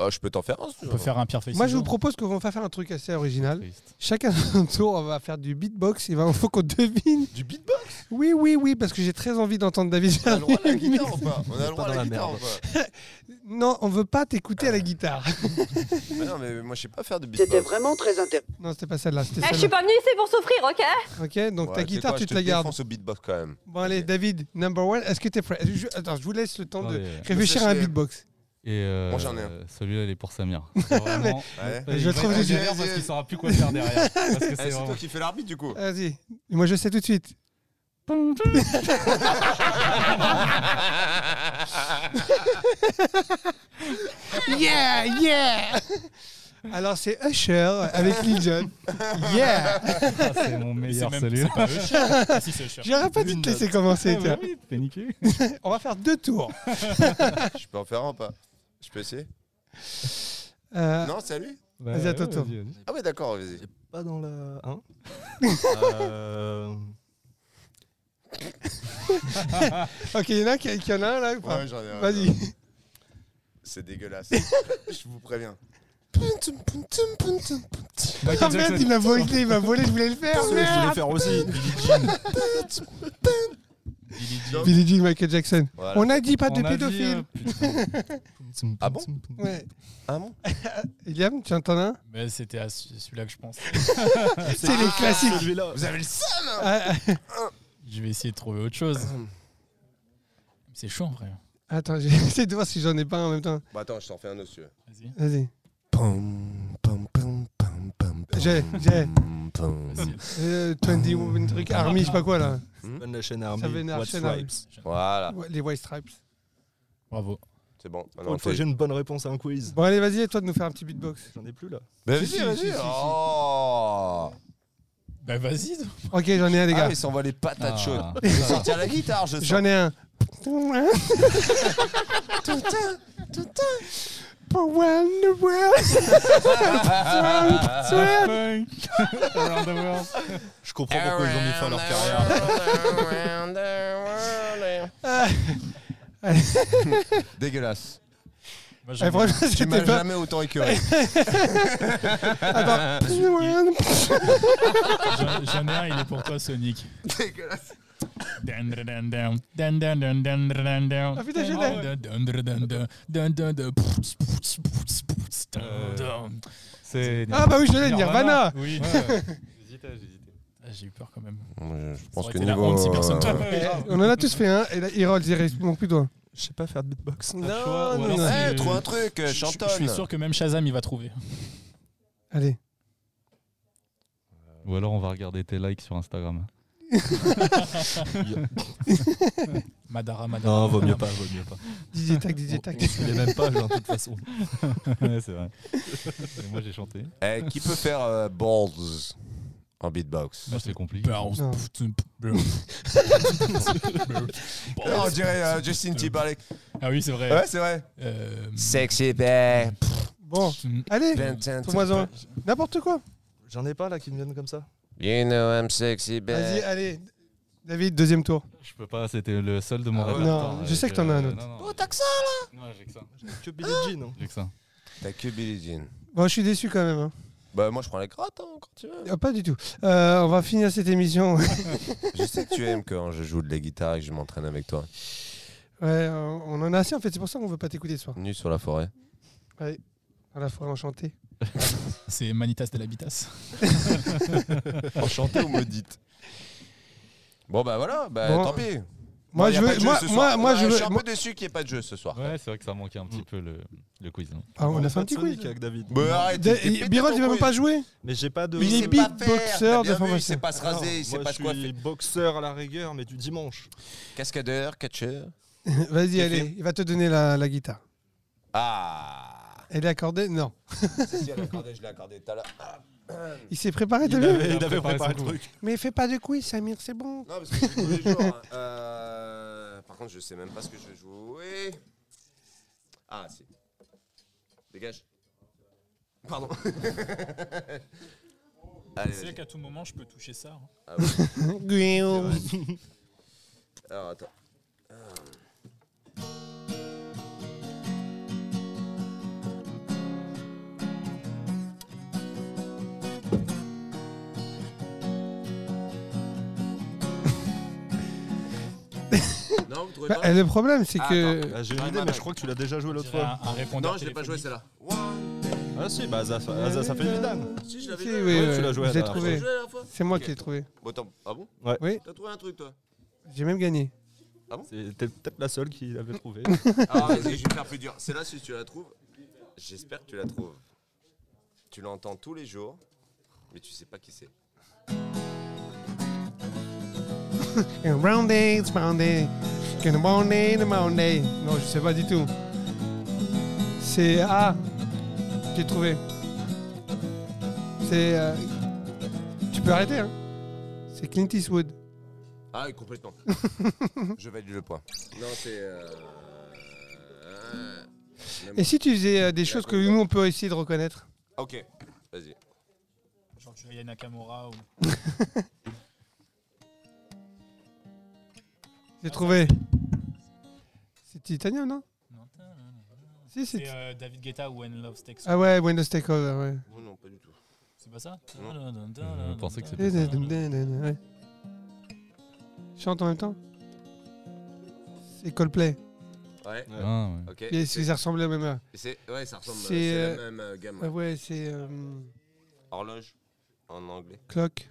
Ah, je peux t'en faire un. si tu On veux. peut faire un pire Moi, je vous propose qu'on va faire un truc assez original. Triste. Chacun *laughs* à son tour, on va faire du beatbox. Il va- faut qu'on devine. Du beatbox Oui, oui, oui, parce que j'ai très envie d'entendre David. On a le droit à *laughs* la Jarry. guitare ou pas On a le droit pas à dans la la guitare ou merde. pas Non, on veut pas t'écouter à la guitare. Mais Non, mais moi, je sais pas faire de beatbox. C'était vraiment très intéressant. Non, c'était pas celle-là. C'était Eh, je suis celle-là. pas venu ici pour souffrir, ok Ok, donc Ouais, ta tu sais guitare, quoi, tu je te la gardes. défonce au beatbox quand même. Bon, allez, David, number one. Est-ce que t'es prêt Je- Attends, je vous laisse le temps de euh, Ouais. réfléchir à un Sachez- beatbox. Et euh, Moi, j'en ai un. euh, celui-là, il est pour Samir. C'est vraiment- Ouais. Il Je va trouve être que j'ai- vénère parce qu'il saura plus quoi faire derrière. Ah, Parce que Eh, c'est c'est vraiment- toi qui fais l'arbitre du coup. Vas-y. Moi, je sais tout de suite. yeah, yeah. Alors, c'est Usher avec Lil Jon. *laughs* Yeah. Ah, c'est mon meilleur celui-là. *laughs* *laughs* Ah, si, c'est cher. J'aurais pas dû te laisser Ah commencer. tu vois. Ah bah T'es niqué. On va faire deux tours. *laughs* Je peux en faire un ou pas Je peux essayer Euh, Non, c'est à lui Vas-y, à ton tour. Ah ouais, d'accord, vas-y. Pas dans la. Hein Euh, Ok, il y en a qui, qui en a un là ou pas Ouais, j'en ai un. *laughs* Vas-y. C'est dégueulasse. Je vous préviens. Ah, Oh merde, il m'a volé, il m'a volé, je voulais le Ah, faire. Je voulais merde. faire aussi. Billie Jean, Michael Jackson. Voilà. On a dit pas de On a dit, euh, pédophile. Ah bon Ouais. Ouais. Ah *laughs* bon Iliam, tu entends un Mais c'était à ce- celui-là que je pense. Ah, C'est les classiques. Ah, Celui-là. Vous avez le sang Ah, Je vais essayer de trouver *clears throat* autre chose. C'est chaud en vrai. ah, Attends, j'essaie de voir si j'en ai pas un en même temps. Bah attends, je t'en fais un autre, si tu veux. Vas-y. Vas-y. Pam, pam, pam, pam, pam, pam, J'ai- j'ai. pam, pam. Euh, 20 ou un truc, Army, je sais pas quoi là. Donne la chaîne Army. Ça fait une What chaîne Army. Stripes. Voilà, Ouais, Les White Stripes. Bravo. c'est bon. Pour une fois, j'ai une bonne réponse à un quiz. Bon, allez, vas-y, à toi de nous faire un petit beatbox. J'en ai plus là. Mais Si, vas-y, si, si, vas-y. si, si. Oh Bah vas-y. Ok, j'en ai un, les Ah, gars. il s'envoie les patates Ah. chaudes. *laughs* Il est sorti à la guitare, je sais. J'en ai *laughs* un. For one world. Around the world. Je comprends pourquoi ils ont mis fin à leur carrière. *laughs* carrière. *laughs* Dégueulasse. Moi, Eh, j'aime bien. franchement, Tu m'as c'était pas. jamais autant écœuré. Attends. J'en- J'en ai un, il est pour toi, Sonic. Dun, dun, dun, dun. Dun, dun, dun, dun, dun, dun. Ah, putain, je Dun, l'ai. dun, dun, dun, dun, dun, dun, dun. Pouts, pouts, pouts, pouts, dun, Euh, dun. C'est Ah bah oui, je l'ai, Nirvana. Oui. J'hésitais, j'hésitais. Ah, J'ai eu peur quand même. Je Ça aurait été la honte si personne euh, t'avait. Eh, On en a tous fait un. Et là, Harold, il reste mon plus doigt. Je sais pas faire de beatbox. Non, ou non, alors- non. Eh, trouve un truc, Je- je- chantonne. Je suis sûr que même Shazam, il va trouver. Allez. Ou alors on va regarder tes likes sur Instagram. Madara, Madara. Non, vaut mieux pas, vaut mieux pas. DJ Tac, DJ Tac. On suit les mêmes pages, hein, de toute façon. *laughs* ouais, c'est vrai. Et moi j'ai chanté. Eh, qui *laughs* peut faire euh, balls en beatbox Moi c'est compliqué. Bounce, Non. pouf, tum, bounce. Non, On dirait euh, Justin Timberlake. Ah oui, c'est vrai. Ouais, c'est vrai. Euh, Sexy babe. Bon, allez, Ben, trouve-moi en. N'importe quoi. J'en ai pas là qui me viennent comme ça. You know I'm sexy Vas-y, euh, allez. David, deuxième tour. Je peux pas, c'était le seul de mon Ah ouais. répertoire. Non, euh, je sais que t'en as un autre. non, non, Oh, t'as que ça ouais, j'ai que ça. Que Billie Jean. hein. J'ai que ça. T'as que Billie Jean. Bon, je suis déçu quand même. hein. Bah, moi, je prends les grattes hein, quand tu veux. Ah, pas du tout. Euh, on va finir cette émission. *laughs* ouais, Je sais que tu aimes quand je joue de la guitare et que je m'entraîne avec toi. euh, on en a assez en fait. C'est pour ça qu'on veut pas t'écouter ce soir. Nu sur la forêt. Allez, à la forêt enchantée. C'est Manitas de l'Habitas. Enchantée ou maudite Bon, bah voilà, bah Bon. tant pis. Moi, y a je pas veux. de jeu Moi, ce moi, soir. moi, Ouais, je Je veux. suis un moi- peu déçu qu'il n'y ait pas de jeu ce soir. Ouais, c'est vrai que ça manquait un petit peu le, le quiz. hein. Ah, on a fait un pas de petit quiz. Sonic avec David. Bah, arrête. Da- t'es pété, il- Birol, ton il va même quiz. pas jouer. Mais j'ai pas de. Ah Mais Il il sait est pas beatboxer faire, t'as bien de vu, il formation. sait pas se raser, il sait Moi, pas se je coiffer. suis boxeur à la rigueur, mais du dimanche. Ah, Cascadeur, catcheur. *laughs* Vas-y, T'es allez. fait. Il va te donner la, la guitare. Ah Elle est accordée Non. *laughs* Si elle accordait, je l'ai accordé tout à l'heure. Ah. Il s'est préparé, t'as Il vu avait, il avait préparé préparé son le truc. Mais fais pas de quiz, Samir, c'est bon. Non, parce que je joue tous les jours. hein. Euh, Par contre, je sais même pas ce que je vais jouer. Ah, si. Dégage. Pardon. *laughs* Allez, vas-y. qu'à tout moment, je peux toucher ça. hein. Ah ouais, c'est Guillaume. vrai. Alors, attends. Euh. *laughs* trouvé Bah, pas le problème, c'est Ah, que. Là, j'ai une Ouais, idée, mais madame. je crois que tu l'as déjà joué l'autre On dirait fois. Un, un répondeur Non, je l'ai pas joué téléphonique. celle-là. Ah si, bah Asa ça fait évident. Si, je Si, l'avais oui, joué. oui, Ouais, tu oui, l'as joué à je l'ai la Tu l'as trouvé. joué la dernière fois C'est moi Ok. qui l'ai trouvé. Bon, attends, ah bon Oui, T'as trouvé un truc, toi j'ai même gagné. C'est t'es peut-être la seule qui l'avait trouvé. Ah, vas-y, je vais faire plus dur. Celle-là, si tu la trouves, j'espère que tu la trouves. Tu l'entends tous les jours, mais tu sais pas qui c'est. And round day, it's round day. Can a Monday, the Monday. Non, je sais pas du tout. C'est. Ah J'ai trouvé. C'est. euh, Tu peux arrêter, hein C'est Clint Eastwood. Ah, *laughs* complètement. je valide le point. Non, c'est. euh, euh, Et si tu faisais euh, des choses que nous, on peut essayer de reconnaître Ok, vas-y. Genre tu vois Nakamura ou J'ai trouvé. C'est Titanium, non Non. Si, c'est. C'est euh, David Guetta ou When Love Takes Us. Ah ouais, Windows Takeover, ouais. Oh non, pas du tout. C'est pas ça Non. Je pensais que Eh, c'était Ouais. Chante en même temps C'est Coldplay. Ouais, Ah, ouais. ok. Et C'est- si ça ressemblait au même. euh, heure. c'est- Ouais, ça ressemble. c'est, C'est euh, la même euh, gamme. Ah ouais, c'est euh, Horloge, en anglais. Clock.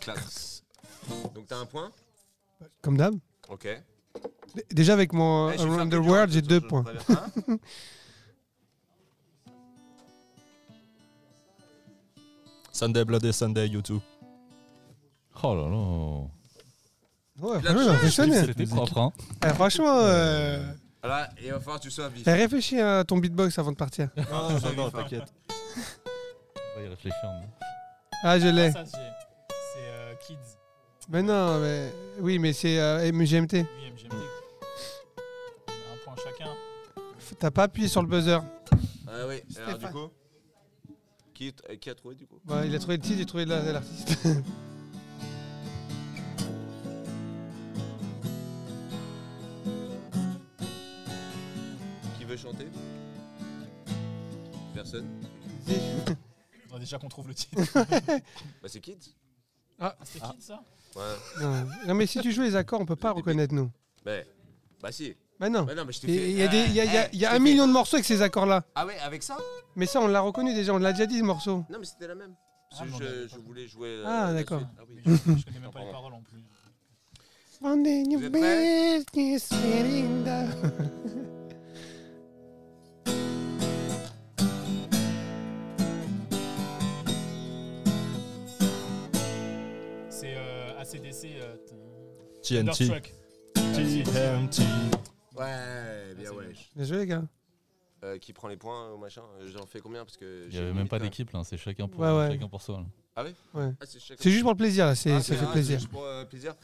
Claps. Donc t'as un point Comme d'hab. Ok. Eh, D- Déjà avec mon je vais faire Around the plus dur, World, je j'ai te- deux je te points. préviens. Hein *laughs* Sunday Bloody Sunday, YouTube. Oh là là. Ouais, Il a franchement, impressionné. C'était propre, hein. Eh, franchement, euh, Voilà, et il va falloir que tu sois vif. eh, réfléchis à ton beatbox avant de partir. Ah, Non, non, non, t'inquiète. On va y réfléchir. mais- Ah, je l'ai. Ça, j'ai- C'est euh, Kids, Mais non, mais oui, mais c'est euh, MGMT. oui, MGMT. On a Un point chacun. F- T'as pas appuyé sur le buzzer. Ah oui, alors du Stéphane. coup qui, euh, qui a trouvé du coup Bah, il a trouvé le titre, il a trouvé la- l'artiste. *laughs* Qui veut chanter Personne Faudrait déjà qu'on trouve le titre. Bah c'est Kids Ah, C'était Kids ça Ouais. non. Non, mais si tu joues les accords, on peut pas reconnaître nous. Bah, bah si. Bah non. Bah non, mais je t'ai fait. Et Il y a, des, il y a- il y a- il y a Eh, un je t'ai million de morceaux avec ces accords-là. fait. Ah ouais, avec ça Mais ça, on l'a reconnu déjà, on l'a déjà dit ce morceau. Non, mais c'était la même. Parce Ah, que mais on je, l'avait je pas. voulais jouer. euh, Ah, la d'accord. suite. Ah oui. *laughs* Mais je, je connais même pas Pardon. les paroles en plus. Monday, new Vous êtes prêts business, getting down. C'est euh, ACDC. Euh, t- TNT. Thunderstruck. TNT. Ouais, bien Ah, c'est ouais. bien. Bien joué, les gars. Euh, qui prend les points au machin euh, J'en fais combien Parce que. Il n'y j'ai avait une même limite, pas quand même. d'équipe, là. C'est chacun pour, Ouais, ouais. chacun pour soi. là. Ah, c'est chacun. C'est juste pour le plaisir, là, c'est- Ah, ça c'est- fait ah, plaisir. C'est juste pour euh, plaisir.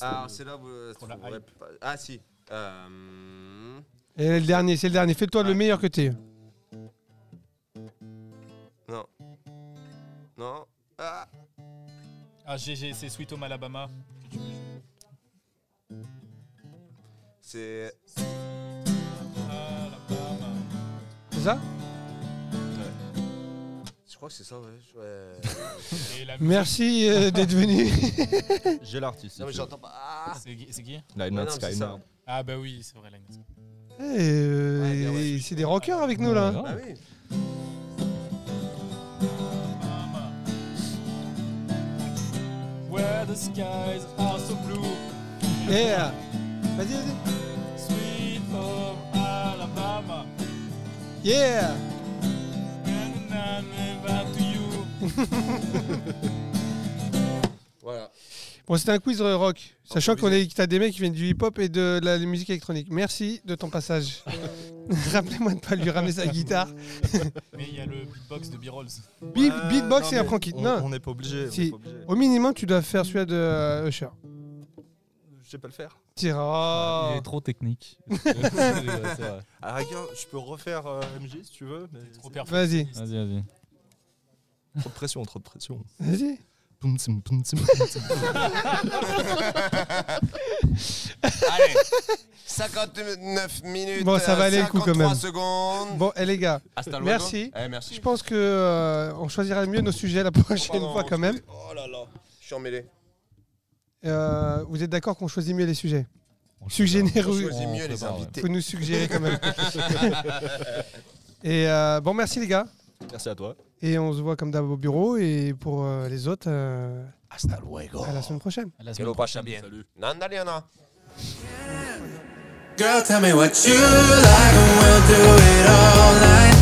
Ah, Alors c'est là où. euh, Pour la trouverez pas- Ah si. Euh, Et le dernier, c'est le dernier. Fais-toi le Ouais. meilleur que t'es. Non. Non. Ah. Ah, GG, c'est Sweet Home *laughs* Alabama. que tu me joues. C'est. Alabama. C'est ça Je crois que c'est ça, ouais. ouais. Et la musique, Merci euh, d'être venu. J'ai l'artiste. *laughs* non mais j'entends pas. Ah. c'est qui- c'est qui Line Ouais, Not non, Sky c'est ça. Now. Ah, bah oui, c'est vrai, la musique. Eh, euh, Ouais, bien, ouais, et je c'est des rockers avec nous, là. Ouais, Bah grave. oui. Alabama. Where the skies are so blue. Eh. Yeah. Vas-y, vas-y. Sweet Home Alabama. Yeah. And I'm never to you. Voilà. Bon, c'était un quiz euh, rock. Sachant qu'on Improvisé. est, que t'as des mecs qui viennent du hip-hop et de la musique électronique. Merci de ton passage. Euh. *laughs* Rappelez-moi de pas lui ramener sa guitare. Mais il y a le beatbox de B-Rolls. Beat- Ouais, beatbox non, et mais après on quitte. on- Non. On n'est pas obligé. on Si. est pas obligé. Au minimum, tu dois faire celui de euh, Usher. Je sais pas le faire. Tira. Ah, Il est trop technique. C'est vrai, c'est vrai. Ah, regarde, je peux refaire euh, MJ si tu veux, mais Trop perfect. Oh. Vas-y. Vas-y, vas-y. trop de pression, trop de pression. Vas-y. Poum, tsim, poum, tsim. Allez. 59 minutes. Bon, ça euh, valait le coup, quand 53 même. secondes. Bon, eh les gars, Hasta luego. Merci. Eh, je merci. pense que euh, on choisira mieux nos sujets la *laughs* prochaine Pardon, fois quand même. Oh là là. Je suis emmêlé. Euh, vous êtes d'accord qu'on choisit mieux les sujets On le Sujet prépare. On nerveux. choisit On mieux les prépare, ouais. invités. Vous nous suggérez quand même. et euh, bon, merci les gars. Merci à toi. Et on se voit comme d'hab au bureau. Et pour euh, les autres, euh, Hasta luego. à la semaine prochaine. À la Que semaine lo prochaine. pasa bien. Nanda Leona. Girl, tell me what you like, and we'll do it all night.